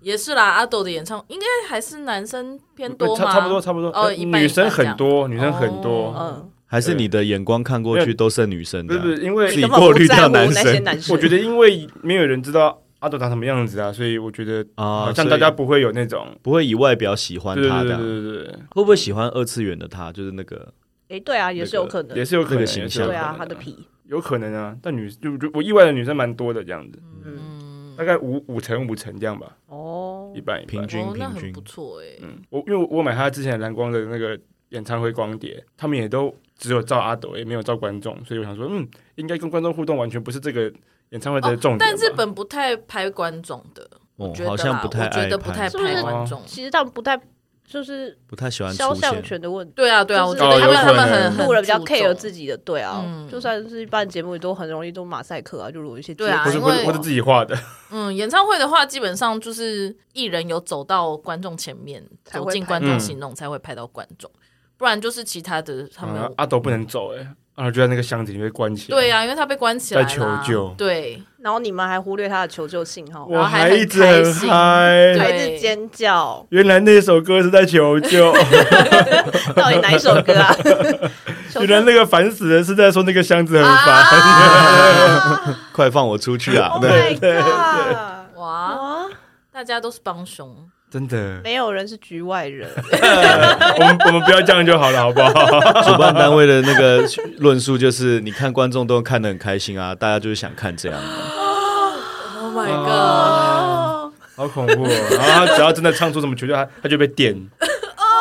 [SPEAKER 2] 也是啦。阿斗的演唱应该还是男生偏多
[SPEAKER 4] 差
[SPEAKER 2] 嘛，
[SPEAKER 4] 差不多，差不多。
[SPEAKER 2] 哦
[SPEAKER 4] 呃
[SPEAKER 2] 一半一半
[SPEAKER 4] 女生很多，女生很
[SPEAKER 2] 哦
[SPEAKER 4] 多。嗯
[SPEAKER 3] 嗯，
[SPEAKER 1] 还是你的眼光看过去都剩女生
[SPEAKER 4] 不
[SPEAKER 1] 的
[SPEAKER 4] 是
[SPEAKER 1] 啊，
[SPEAKER 4] 不是，因为
[SPEAKER 1] 自己
[SPEAKER 3] 根本
[SPEAKER 1] 过
[SPEAKER 3] 不
[SPEAKER 1] 滤
[SPEAKER 3] 在
[SPEAKER 1] 掉
[SPEAKER 3] 乎
[SPEAKER 1] 男
[SPEAKER 3] 那些
[SPEAKER 1] 生
[SPEAKER 3] 男生，
[SPEAKER 4] 我觉得因为没有人知道阿斗长什么样子啊，所以我觉得
[SPEAKER 1] 啊
[SPEAKER 4] 好，像
[SPEAKER 1] 所
[SPEAKER 4] 大
[SPEAKER 1] 以
[SPEAKER 4] 家不会有那种。
[SPEAKER 1] 不会以外表喜欢
[SPEAKER 4] 对对
[SPEAKER 1] 他
[SPEAKER 4] 对
[SPEAKER 1] 的
[SPEAKER 4] 对
[SPEAKER 1] 啊，
[SPEAKER 4] 对对
[SPEAKER 1] 会不会喜欢二次元的他？就是那个
[SPEAKER 3] 诶，对啊，也是有可能
[SPEAKER 4] 对，也，是有可
[SPEAKER 1] 那
[SPEAKER 4] 能
[SPEAKER 1] 个形
[SPEAKER 4] 也是
[SPEAKER 1] 象
[SPEAKER 4] 有可
[SPEAKER 3] 对
[SPEAKER 4] 能
[SPEAKER 3] 啊，他的皮，
[SPEAKER 4] 有可能啊。但女就就我意外的女生蛮多的这样子，
[SPEAKER 3] 嗯，
[SPEAKER 4] 大概五五成五成这样吧，
[SPEAKER 3] 哦
[SPEAKER 4] 一，半一
[SPEAKER 1] 平
[SPEAKER 4] 半。
[SPEAKER 1] 均
[SPEAKER 2] 哦，那
[SPEAKER 1] 平
[SPEAKER 2] 很
[SPEAKER 1] 均
[SPEAKER 2] 不错哎。
[SPEAKER 4] 嗯，我因为我买他之前蓝光的那个演唱会光碟，他们也都只有照阿斗，也没有照观众，所以我想说，嗯，应该跟观众互动完全不是这个演唱会的重点吧。
[SPEAKER 2] 哦但日本不太拍观众的，
[SPEAKER 1] 哦
[SPEAKER 2] 我觉，得
[SPEAKER 1] 好
[SPEAKER 2] 啦
[SPEAKER 1] 像不太
[SPEAKER 2] 我觉
[SPEAKER 1] 爱
[SPEAKER 2] 得不太
[SPEAKER 1] 拍，
[SPEAKER 3] 是不
[SPEAKER 2] 拍
[SPEAKER 3] 是
[SPEAKER 2] 观众。
[SPEAKER 3] 其实他们不太就是
[SPEAKER 1] 不太喜欢
[SPEAKER 3] 肖
[SPEAKER 1] 出
[SPEAKER 3] 像
[SPEAKER 1] 现。
[SPEAKER 3] 权的问题。
[SPEAKER 2] 对啊，对啊，
[SPEAKER 3] 就
[SPEAKER 2] 我
[SPEAKER 3] 是
[SPEAKER 2] 觉得因为他们
[SPEAKER 4] 哦有可能
[SPEAKER 2] 很很
[SPEAKER 3] 路人比较
[SPEAKER 2] 注重
[SPEAKER 3] care 自己的，对啊，
[SPEAKER 2] 嗯
[SPEAKER 3] 就算是一般节目也都很容易都马赛克啊，就如有一些
[SPEAKER 2] 对啊
[SPEAKER 4] 或是
[SPEAKER 2] 因
[SPEAKER 4] 或
[SPEAKER 2] 为
[SPEAKER 4] 是或是自己画的，
[SPEAKER 2] 嗯，演唱会的话，基本上就是艺人有走到观众前面，
[SPEAKER 3] 才会
[SPEAKER 2] 走进
[SPEAKER 3] 拍
[SPEAKER 2] 观众行动才会拍到观众，不然就是其他的他们
[SPEAKER 4] 啊。阿斗不能走哎、阿斗就在那个箱子里面关起来。
[SPEAKER 2] 对、呀、啊因为他被关起来
[SPEAKER 4] 在求
[SPEAKER 2] 啦
[SPEAKER 4] 救 (laughs)
[SPEAKER 2] 对，
[SPEAKER 3] 然后你们还忽略他的求救信号，
[SPEAKER 4] 我
[SPEAKER 2] 还
[SPEAKER 4] 还
[SPEAKER 2] 很
[SPEAKER 4] 一直很
[SPEAKER 2] 开心
[SPEAKER 4] 嗨。
[SPEAKER 3] 孩
[SPEAKER 2] 对
[SPEAKER 3] 子尖叫，
[SPEAKER 4] 原来那首歌是在求
[SPEAKER 2] (laughs)
[SPEAKER 4] 救，
[SPEAKER 3] 到底哪一首歌啊？求
[SPEAKER 4] 原来那个烦死人是在说那个箱子很烦。
[SPEAKER 3] 啊
[SPEAKER 1] 快放我出去
[SPEAKER 2] (laughs)
[SPEAKER 1] 啊！
[SPEAKER 3] ！Oh
[SPEAKER 1] 对，
[SPEAKER 3] my god！
[SPEAKER 2] 哇，
[SPEAKER 3] 哇，
[SPEAKER 2] 大家都是帮凶，
[SPEAKER 4] 真的，
[SPEAKER 3] 没有人是局外人，
[SPEAKER 4] 我们我们不要这样就好了，好不 (laughs) 好？
[SPEAKER 1] 主办单位的那个论述就是，你看观众都看得很开心啊，大家就是想看这样。
[SPEAKER 2] ，Oh my
[SPEAKER 1] 啊
[SPEAKER 2] god，
[SPEAKER 4] 好恐怖、哦！然后他只要真的唱出什么求救，他他就被
[SPEAKER 2] (laughs)
[SPEAKER 4] 电，
[SPEAKER 2] 哦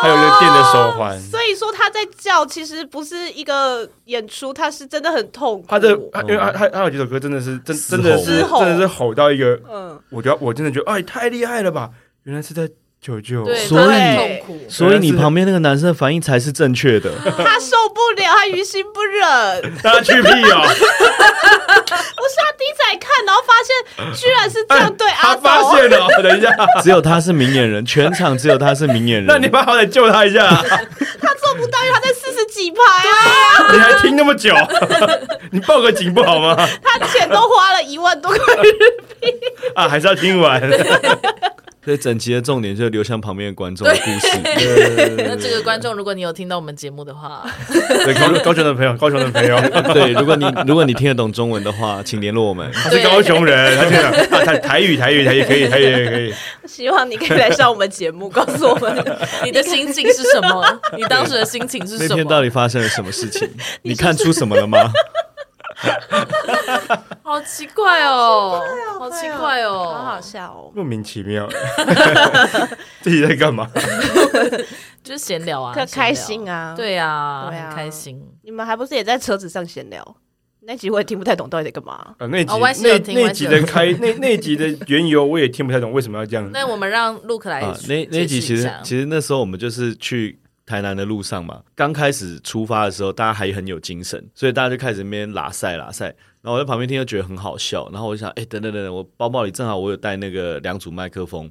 [SPEAKER 4] 还有个电的手环。
[SPEAKER 3] 所以说他在叫，其实不是一个演出，他是真的很痛苦。
[SPEAKER 4] 他的，他因为他他他有几首歌真的是真真的是
[SPEAKER 3] 嘶吼
[SPEAKER 4] 真的是哦吼到一个，
[SPEAKER 3] 嗯，
[SPEAKER 4] 我觉得我真的觉得哎太厉害了吧！原来是在求救，
[SPEAKER 2] 对，
[SPEAKER 1] 所以
[SPEAKER 2] 他很痛苦，
[SPEAKER 1] 所以你旁边那个男生的反应才是正确的。
[SPEAKER 3] 他受不了，他于心不忍。
[SPEAKER 4] 大家去屁哦！
[SPEAKER 3] 不是他第一次来看，然后发现居然是 (laughs) 这样对阿
[SPEAKER 4] 哎 (laughs) 他
[SPEAKER 3] 斗。
[SPEAKER 4] 发现了，等一下，
[SPEAKER 1] (laughs) 只有他是明眼人，全场只有他是明眼人。
[SPEAKER 4] 那你们好歹救他一下。
[SPEAKER 3] 他做不到，因为他在四十几排啊，
[SPEAKER 4] 你还听那么久？你报个警不好吗？
[SPEAKER 3] 他钱都花了一万多块。
[SPEAKER 4] 啊，还是要听完。
[SPEAKER 1] 所以整集的重点就是流向旁边的观众的故事。
[SPEAKER 2] 那这个观众，如果你有听到我们节目
[SPEAKER 3] (laughs)
[SPEAKER 2] 的话，
[SPEAKER 4] 对，高高雄的朋友，高雄的朋友，
[SPEAKER 1] 对，如果你如果你听得懂中文的话，请联络我们。
[SPEAKER 4] (laughs) 他是高雄人，他这样，啊台台语，台语，台语可以，台语也可以。
[SPEAKER 3] 希望你可以来上我们节目，告诉我们
[SPEAKER 2] 你的心境是
[SPEAKER 1] (laughs)
[SPEAKER 2] 什么？你当时的心情是
[SPEAKER 1] 那
[SPEAKER 2] 什
[SPEAKER 1] 天到
[SPEAKER 2] 么？
[SPEAKER 1] 底发生了什么事
[SPEAKER 2] (laughs)
[SPEAKER 1] 情？你看出什么了吗？
[SPEAKER 2] 好奇怪哦，好奇怪
[SPEAKER 3] 好好
[SPEAKER 2] 哦，
[SPEAKER 3] 笑哦。
[SPEAKER 4] (laughs) 莫名其妙， (laughs) 自己在干嘛？
[SPEAKER 2] 就是闲聊啊，
[SPEAKER 3] 可
[SPEAKER 2] 闲聊
[SPEAKER 3] 开心啊
[SPEAKER 2] 对呀，
[SPEAKER 3] 对啊
[SPEAKER 2] 很开心。
[SPEAKER 3] 你们还不是也在车子上闲聊？那集我也听不太懂到底在干嘛。
[SPEAKER 4] 啊，那集
[SPEAKER 2] 哦我也是有
[SPEAKER 4] 那
[SPEAKER 2] 听我也
[SPEAKER 4] 那
[SPEAKER 2] 是
[SPEAKER 4] 集
[SPEAKER 2] 有
[SPEAKER 4] 的开那那集的缘由我也听不太懂，为什么要这样？
[SPEAKER 2] 那我们让陆克来
[SPEAKER 1] 啊，
[SPEAKER 2] 解
[SPEAKER 1] 那那集
[SPEAKER 2] 解释
[SPEAKER 1] 其
[SPEAKER 2] 一
[SPEAKER 1] 实
[SPEAKER 2] 下
[SPEAKER 1] 其实那时候我们就是去台南的路上嘛，刚开始出发的时候，大家还很有精神，所以大家就开始那边拉塞拉塞。然后我在旁边听，就觉得很好笑。然后我就想，哎、等等等等，我包包里正好我有带那个两组麦克风，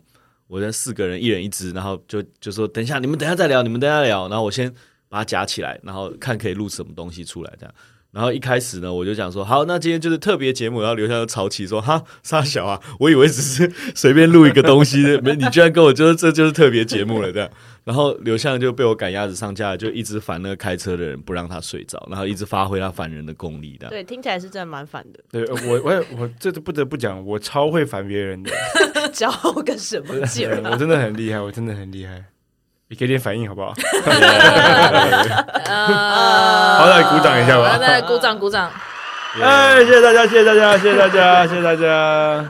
[SPEAKER 1] 我这四个人一人一支，然后就就说等一下，你们等一下再聊，你们等一下聊。然后我先把它夹起来，然后看可以录什么东西出来这样。然后一开始呢，我就讲说，好，那今天就是特别节目，然后留下就潮起说，哈，沙小啊，我以为只是 (laughs) 随便录一个东西，没你居然跟我就是这就是特别节目了这样。然后刘向就被我赶鸭子上架，就一直烦那个开车的人，不让他睡着，然后一直发挥他烦人的功力的。
[SPEAKER 3] 对，听起来是真的蛮烦的。 (laughs)
[SPEAKER 4] 对我我我这都不得不讲，我超会烦别人的，
[SPEAKER 3] 教个什么劲
[SPEAKER 4] 对我
[SPEAKER 3] 啊？ (laughs)
[SPEAKER 4] 真的很厉害，我真的很厉害。你给点反应好不好？
[SPEAKER 2] (laughs) 呃
[SPEAKER 4] 好歹鼓掌一下吧
[SPEAKER 2] 好再鼓掌鼓
[SPEAKER 1] (laughs)
[SPEAKER 2] 掌。
[SPEAKER 4] 哎，谢谢大家，谢谢大家，谢谢大家，谢谢大家。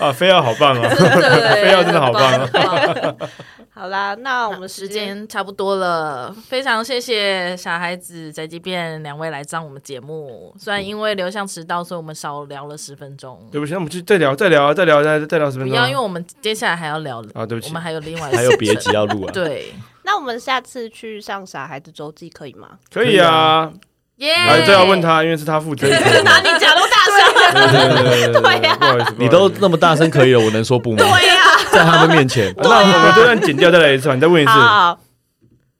[SPEAKER 4] 啊，非要好棒哦！
[SPEAKER 2] 对，
[SPEAKER 4] 非要真的好棒啊
[SPEAKER 2] 啊！
[SPEAKER 3] 好啦，那我
[SPEAKER 2] 我们
[SPEAKER 3] 们
[SPEAKER 2] 时
[SPEAKER 3] 时间
[SPEAKER 2] 间差不多了，非常谢谢小孩子宅急便两位来上我们节目。虽然因为刘向迟到，所以我们少聊了十分钟。
[SPEAKER 4] 嗯对不起，那我们就再聊，再聊，再聊，再再聊十
[SPEAKER 2] 不
[SPEAKER 4] 分钟。
[SPEAKER 2] 要，因为我们接下来还要聊，
[SPEAKER 4] 啊，对不
[SPEAKER 2] 我
[SPEAKER 4] 起
[SPEAKER 2] 们，还有
[SPEAKER 4] (laughs)
[SPEAKER 2] 另外，
[SPEAKER 1] 还有别集要录啊
[SPEAKER 2] 对，
[SPEAKER 3] 那我们下次去上傻孩子周记可以 (laughs) 吗？
[SPEAKER 4] 可以啊。
[SPEAKER 2] 耶！
[SPEAKER 4] 啊，最好问他，因为是他负责。对对
[SPEAKER 3] 拿你讲那么大声，啊
[SPEAKER 4] 对对对，不好意思，
[SPEAKER 1] 你都
[SPEAKER 4] 不好意思
[SPEAKER 1] 那么大声可以了，我能说不吗？
[SPEAKER 3] 对啊呀、
[SPEAKER 1] 在他们面前，
[SPEAKER 4] 啊那我们就算剪掉再来一次吧，你再问一次。
[SPEAKER 3] 好，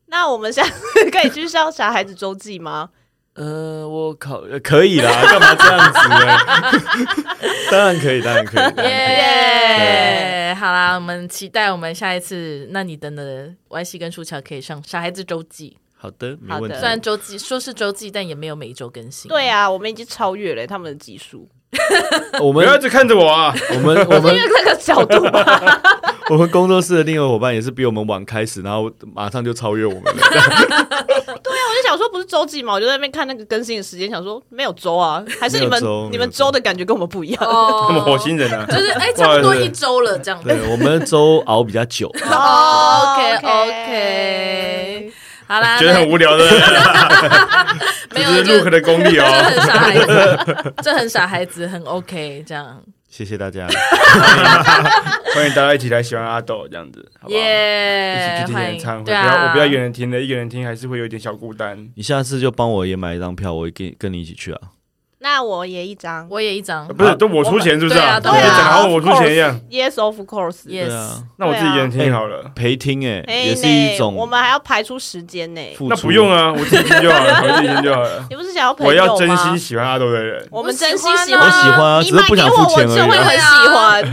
[SPEAKER 3] 那我们下次可以去上傻孩子周记吗？ (laughs)
[SPEAKER 1] 呃，我靠，呃可以啦，干嘛这样子呢？ (laughs) 当然可以，当然可以。
[SPEAKER 4] 啊
[SPEAKER 2] 耶！好啦，我们期待我们下一次。那你等等，Y C 跟舒乔可以上《傻孩子周记
[SPEAKER 1] 好的，没问
[SPEAKER 3] 好的。》，
[SPEAKER 1] 题
[SPEAKER 2] 虽然周记说是周记，但也没有每一周更新。
[SPEAKER 3] 对啊，我们已经超越了他们的技术，
[SPEAKER 1] (laughs) 我
[SPEAKER 4] 不
[SPEAKER 1] 们
[SPEAKER 4] 要一直看着我啊！
[SPEAKER 1] 我们我
[SPEAKER 4] (laughs)
[SPEAKER 1] 们
[SPEAKER 3] 因为那个角度吧，
[SPEAKER 1] (laughs) 我们工作室的另一个伙伴也是比我们晚开始，然后马上就超越我们
[SPEAKER 4] (laughs)
[SPEAKER 1] 了。
[SPEAKER 3] 我就想说不是周记嘛，我就在那边看那个更新的时间，想说没有周啊，还是你
[SPEAKER 1] 没有
[SPEAKER 3] 们
[SPEAKER 1] 周
[SPEAKER 3] 你
[SPEAKER 1] 没有
[SPEAKER 3] 们
[SPEAKER 1] 周
[SPEAKER 3] 周的感觉跟我们不一样。
[SPEAKER 2] 哦，
[SPEAKER 4] (laughs) 那么火星人啊！
[SPEAKER 2] 就是哎、差不多一周了这样子。
[SPEAKER 1] 对，我们周熬比较久，
[SPEAKER 3] (laughs)
[SPEAKER 2] 哦 OK，OK 好啦，
[SPEAKER 4] 觉得很无聊的，
[SPEAKER 2] 那
[SPEAKER 4] (laughs) 这
[SPEAKER 2] 没
[SPEAKER 4] 是
[SPEAKER 2] 有
[SPEAKER 4] Luke
[SPEAKER 2] 就
[SPEAKER 4] 的功力
[SPEAKER 2] 这 (laughs)
[SPEAKER 4] 哦。
[SPEAKER 2] 很傻孩子，这很傻孩子，很 OK 这样。
[SPEAKER 1] 谢谢大家。
[SPEAKER 4] 欢迎大家一起来喜欢阿斗这样子，好不好？一起
[SPEAKER 2] 耶
[SPEAKER 4] 去，听
[SPEAKER 2] 欢
[SPEAKER 4] 演唱
[SPEAKER 2] 迎
[SPEAKER 4] 会，
[SPEAKER 2] 对
[SPEAKER 4] 不要
[SPEAKER 2] 啊，
[SPEAKER 4] 我不要一个人听的，一个人听还是会有点小孤单。
[SPEAKER 1] 你下次就帮我也买一张票，我跟跟你一起去啊。
[SPEAKER 3] 那我也一张
[SPEAKER 2] 我也一张
[SPEAKER 4] 啊。不是，都我出钱是不是
[SPEAKER 2] 对啊
[SPEAKER 4] 啊？
[SPEAKER 2] 对
[SPEAKER 4] 对
[SPEAKER 2] 啊
[SPEAKER 4] 讲好我出钱一样，
[SPEAKER 3] ，Yes of course。
[SPEAKER 2] Yes
[SPEAKER 1] 对啊，
[SPEAKER 4] 那我自己一个人听好了。
[SPEAKER 1] 陪听哎、
[SPEAKER 3] 哎
[SPEAKER 1] 也是
[SPEAKER 3] 呢
[SPEAKER 1] 一种
[SPEAKER 3] 我们还要排出时间呢。
[SPEAKER 1] 付出。
[SPEAKER 4] 那不用啊，我自己听就好了， (laughs) 我自己听就好了。
[SPEAKER 3] 你不是想要朋
[SPEAKER 4] 我
[SPEAKER 3] 友吗？
[SPEAKER 4] 要真心喜欢阿斗的人，
[SPEAKER 3] 我们真心喜
[SPEAKER 2] 我
[SPEAKER 3] 欢，
[SPEAKER 2] 喜
[SPEAKER 1] 欢啊
[SPEAKER 3] 你
[SPEAKER 1] 只是不想付钱
[SPEAKER 3] 买给我我就会
[SPEAKER 2] 而已
[SPEAKER 3] 很
[SPEAKER 2] 啊
[SPEAKER 3] 喜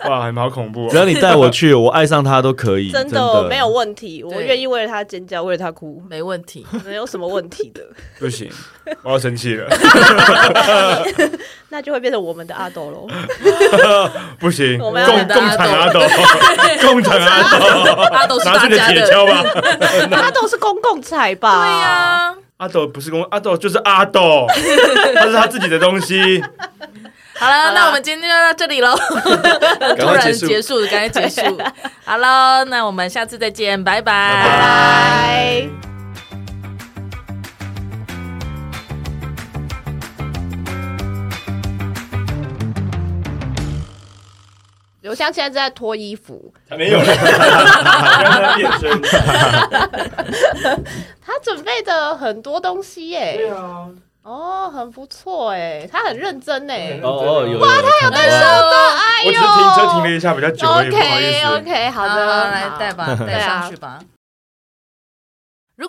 [SPEAKER 1] (laughs)
[SPEAKER 3] 欢，
[SPEAKER 4] 哇，你们好恐怖
[SPEAKER 1] 只要
[SPEAKER 4] 哦！
[SPEAKER 1] 你带我去，我爱上他都可以。
[SPEAKER 3] 真
[SPEAKER 1] 真
[SPEAKER 3] 的没有问题，我
[SPEAKER 2] 对
[SPEAKER 3] 愿意为了他尖叫，为了他
[SPEAKER 1] (laughs)
[SPEAKER 3] 哭，
[SPEAKER 2] 没问 (laughs) 题。
[SPEAKER 3] 没有什么问题的， (laughs)
[SPEAKER 4] 不行，我要生气了，
[SPEAKER 3] 那就会变成我们的阿斗
[SPEAKER 1] (laughs)
[SPEAKER 3] 喽。
[SPEAKER 4] 不行，
[SPEAKER 3] 我
[SPEAKER 4] 共
[SPEAKER 3] 们要
[SPEAKER 4] 共产阿斗，共产阿斗，
[SPEAKER 2] 阿斗是
[SPEAKER 4] 拿
[SPEAKER 2] 大
[SPEAKER 4] 出你的
[SPEAKER 2] 家
[SPEAKER 4] 铁
[SPEAKER 2] 的，
[SPEAKER 4] 锹吧。
[SPEAKER 2] (laughs)
[SPEAKER 3] 阿斗是公共财吧？
[SPEAKER 2] 对啊呀。
[SPEAKER 4] 阿斗不是公，阿斗就是阿斗，他是他自己的东西。
[SPEAKER 2] 好了，
[SPEAKER 3] 好啦
[SPEAKER 2] 那我们今天就到这里 (laughs) 喽，突
[SPEAKER 1] 快
[SPEAKER 2] 然
[SPEAKER 1] 结束
[SPEAKER 2] 结束，赶快结束。好了，那我们下次再见，拜
[SPEAKER 4] 拜
[SPEAKER 2] 拜
[SPEAKER 4] 拜。
[SPEAKER 3] (laughs) 拜。刘湘现在正在脱衣服，
[SPEAKER 4] 还没有， (laughs) 让他变身。
[SPEAKER 3] 他准备的很多东西耶、
[SPEAKER 4] 对啊，
[SPEAKER 3] 哦，很不错哎，他很认真哎。
[SPEAKER 1] 哦哦，有哇，
[SPEAKER 4] 他有
[SPEAKER 2] 但是哎
[SPEAKER 4] 我只是停车停了一下，比较久，我也哦不好意
[SPEAKER 3] OK
[SPEAKER 4] 思。
[SPEAKER 3] OK，好
[SPEAKER 2] 啊好
[SPEAKER 3] 的，
[SPEAKER 2] 来带吧，带
[SPEAKER 3] 对啊
[SPEAKER 2] 上去吧。如